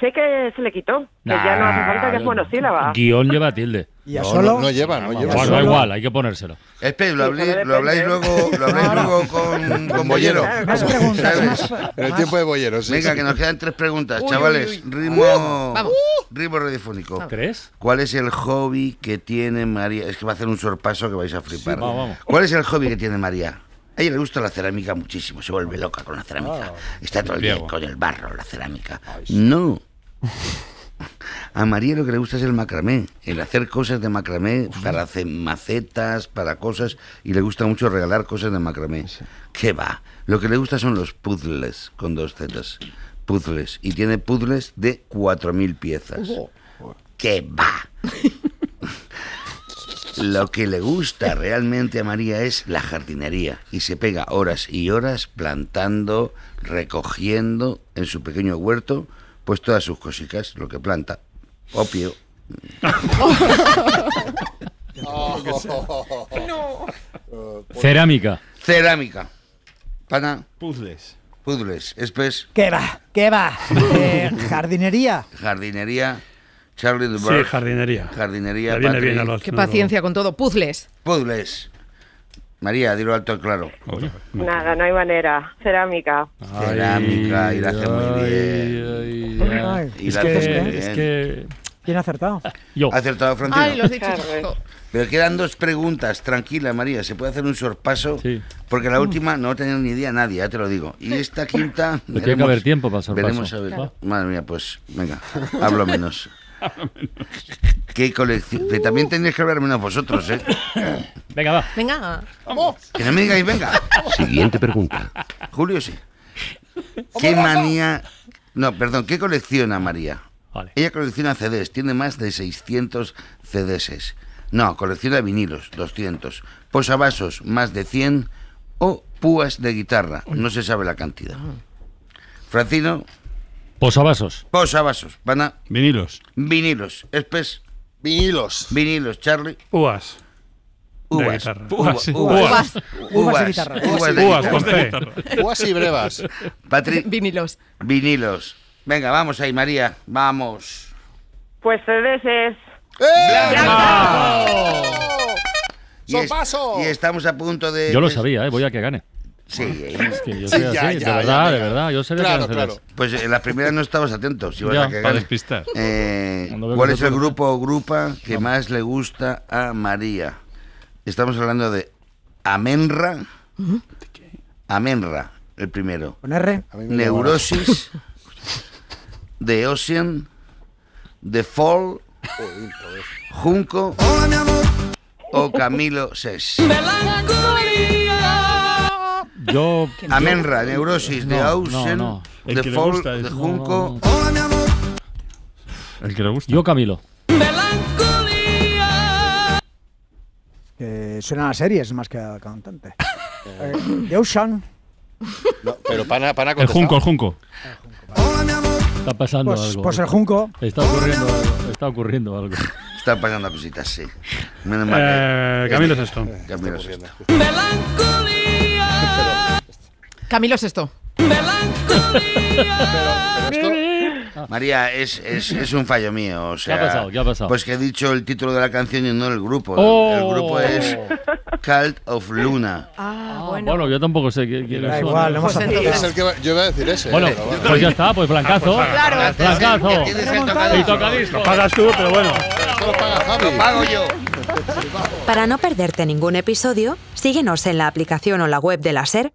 Speaker 6: sé que se le quitó. Que ya no hace falta que es monosílaba.
Speaker 19: Ah. Guión lleva tilde. Ah,
Speaker 11: ¿Y a No, solo? no- no lleva, no lleva.
Speaker 19: Bueno, da
Speaker 11: ¿A solo?
Speaker 19: igual, hay que ponérselo.
Speaker 8: Espe, lo, hablé-
Speaker 11: solo
Speaker 8: lo habláis luego, lo habláis luego con, con Bollero.
Speaker 11: Más preguntas,
Speaker 8: ¿sabes?
Speaker 11: En el tiempo de Bollero, sí.
Speaker 8: Venga,
Speaker 11: sí.
Speaker 8: que nos quedan tres preguntas,
Speaker 11: Uy,
Speaker 8: chavales.
Speaker 11: uy, uy.
Speaker 8: Ritmo,
Speaker 11: Uh, vamos.
Speaker 8: ritmo radiofónico.
Speaker 19: ¿Tres?
Speaker 8: ¿Cuál es el hobby que tiene María? Es que va a hacer un sorpaso que vais a flipar.
Speaker 19: vamos, vamos.
Speaker 8: ¿Cuál es el hobby que tiene María? A ella le gusta la cerámica muchísimo, se vuelve loca con la cerámica.
Speaker 11: Oh.
Speaker 8: Está todo el día con el barro, la cerámica. No. A María lo que le gusta es el macramé, el hacer cosas de macramé para hacer macetas, para cosas, y le gusta mucho regalar cosas de macramé. ¿Qué va? Lo que le gusta son los puzzles con dos zetas. Puzzles. Y tiene puzzles de 4.000 piezas. ¿Qué va? Lo que le gusta realmente a María es la jardinería y se pega horas y horas plantando, recogiendo en su pequeño huerto, pues todas sus cositas, lo que planta. Opio.
Speaker 19: Cerámica.
Speaker 8: Cerámica. Pana.
Speaker 17: Puzzles.
Speaker 8: Puzzles. Espes.
Speaker 13: ¿Qué va? ¿Qué va? Eh, jardinería.
Speaker 8: Jardinería. Charlie
Speaker 2: Sí,
Speaker 8: Dubois.
Speaker 2: jardinería.
Speaker 8: Jardinería.
Speaker 2: Le viene
Speaker 8: Patri.
Speaker 2: bien a los-
Speaker 20: Qué paciencia con todo. Puzzles.
Speaker 8: Puzzles. María, dilo alto y claro.
Speaker 6: Nada, no hay manera. Cerámica.
Speaker 8: Cerámica y la hace muy bien. Y
Speaker 13: es,
Speaker 8: la
Speaker 13: que,
Speaker 8: hace muy
Speaker 13: es
Speaker 8: bien.
Speaker 13: que- ¿Quién ha acertado?
Speaker 8: ¿Ha acertado Francino?
Speaker 13: Ay, los he dicho.
Speaker 8: Pero quedan dos preguntas, tranquila María, se puede hacer un sorpaso, porque la última no va a tener ni idea nadie, ya te lo digo. Y esta quinta...
Speaker 19: Pero tiene que haber tiempo para el sorpaso.
Speaker 8: Veremos a ver.
Speaker 19: Claro.
Speaker 8: Madre mía, pues venga, hablo menos. ¿Qué colección? que También tenéis que hablar menos vosotros, ¿eh?
Speaker 19: Venga, va.
Speaker 20: Venga.
Speaker 8: Que no me digáis, venga.
Speaker 22: Siguiente pregunta.
Speaker 8: Julio sí. ¿Qué manía... No, perdón, ¿qué colecciona María? Ella colecciona CDs, tiene más de 600 CDs. No, colecciona vinilos, 200. Posavasos, más de 100. O púas de guitarra, no se sabe la cantidad. Francino,
Speaker 19: Posavasos.
Speaker 8: posavasos, van a...
Speaker 17: Vinilos.
Speaker 8: Vinilos, espes... Vinilos. Vinilos, Charlie.
Speaker 2: Púas. De
Speaker 8: Uvas.
Speaker 2: guitarra.
Speaker 8: Uva-
Speaker 2: Púas, sí.
Speaker 8: Uvas.
Speaker 2: Uvas.
Speaker 8: Uvas.
Speaker 2: Uvas y guitarra.
Speaker 8: Uvas de
Speaker 2: Uvas con
Speaker 8: guitarra.
Speaker 2: P.
Speaker 11: Uvas y brevas.
Speaker 8: Patri-
Speaker 20: Vinilos.
Speaker 8: Vinilos. Venga, vamos ahí, María. Vamos.
Speaker 6: Pues CDs es.
Speaker 8: ¡Eh! Y es-
Speaker 11: ¡Sopaso!
Speaker 8: Y estamos a punto de...
Speaker 19: Yo lo
Speaker 8: de-
Speaker 19: sabía, ¿eh? Voy a que gane. Ah,
Speaker 8: Sí,
Speaker 19: Es que yo soy así, de verdad, de verdad. Yo sabía que eran CDs.
Speaker 8: Pues en las primeras no estabas atento, si vas
Speaker 19: Ya,
Speaker 8: a cagar.
Speaker 19: para despistar.
Speaker 8: Eh,
Speaker 19: Cuando veo
Speaker 8: ¿Cuál
Speaker 19: que
Speaker 8: es el
Speaker 19: vosotros-
Speaker 8: grupo o grupa que más le gusta a María? Estamos hablando de Amenra. Amenra, el primero.
Speaker 13: ¿Con R?
Speaker 8: Neurosis. The Ocean. The Fall. Junco. O Camilo Sés.
Speaker 19: Yo.
Speaker 8: Amenra, Neurosis, de
Speaker 19: No, no,
Speaker 8: Ausen,
Speaker 19: no. El
Speaker 8: de
Speaker 19: que le
Speaker 8: Fall,
Speaker 19: gusta es-
Speaker 8: de
Speaker 19: no,
Speaker 8: Junco.
Speaker 19: El que le gusta. Yo, Camilo.
Speaker 13: Que suena a series más que a cantante. Eh, The Ocean.
Speaker 11: No, pero pana, pana
Speaker 17: El junco, el junco.
Speaker 19: Está pasando
Speaker 13: Pues-
Speaker 19: algo.
Speaker 13: pues el junco.
Speaker 19: Está ocurriendo algo. Está ocurriendo algo.
Speaker 8: Están pasando cositas, sí. Menos mal.
Speaker 2: Eh,
Speaker 8: que-
Speaker 2: Camilo Sesto.
Speaker 8: Camilo Sesto.
Speaker 20: Camilo Sesto.
Speaker 8: María, es, es, es un fallo mío. O sea,
Speaker 19: ha pasado? ¿Qué ha pasado?
Speaker 8: Pues que he dicho el título de la canción y no el grupo.
Speaker 19: Oh.
Speaker 8: El grupo es Cult of Luna.
Speaker 20: Ah,
Speaker 19: bueno. yo tampoco sé qué quién es.
Speaker 11: Es el que va- yo iba a decir ese.
Speaker 19: Bueno,
Speaker 11: pero bueno.
Speaker 19: pues ya está, pues blancazo.
Speaker 11: Claro.
Speaker 19: Blancazo. Y
Speaker 1: tocadiscos.
Speaker 19: Lo pagas tú, pero bueno.
Speaker 8: Lo pago yo.
Speaker 1: Para no perderte ningún episodio, síguenos en la aplicación o la web de la SER,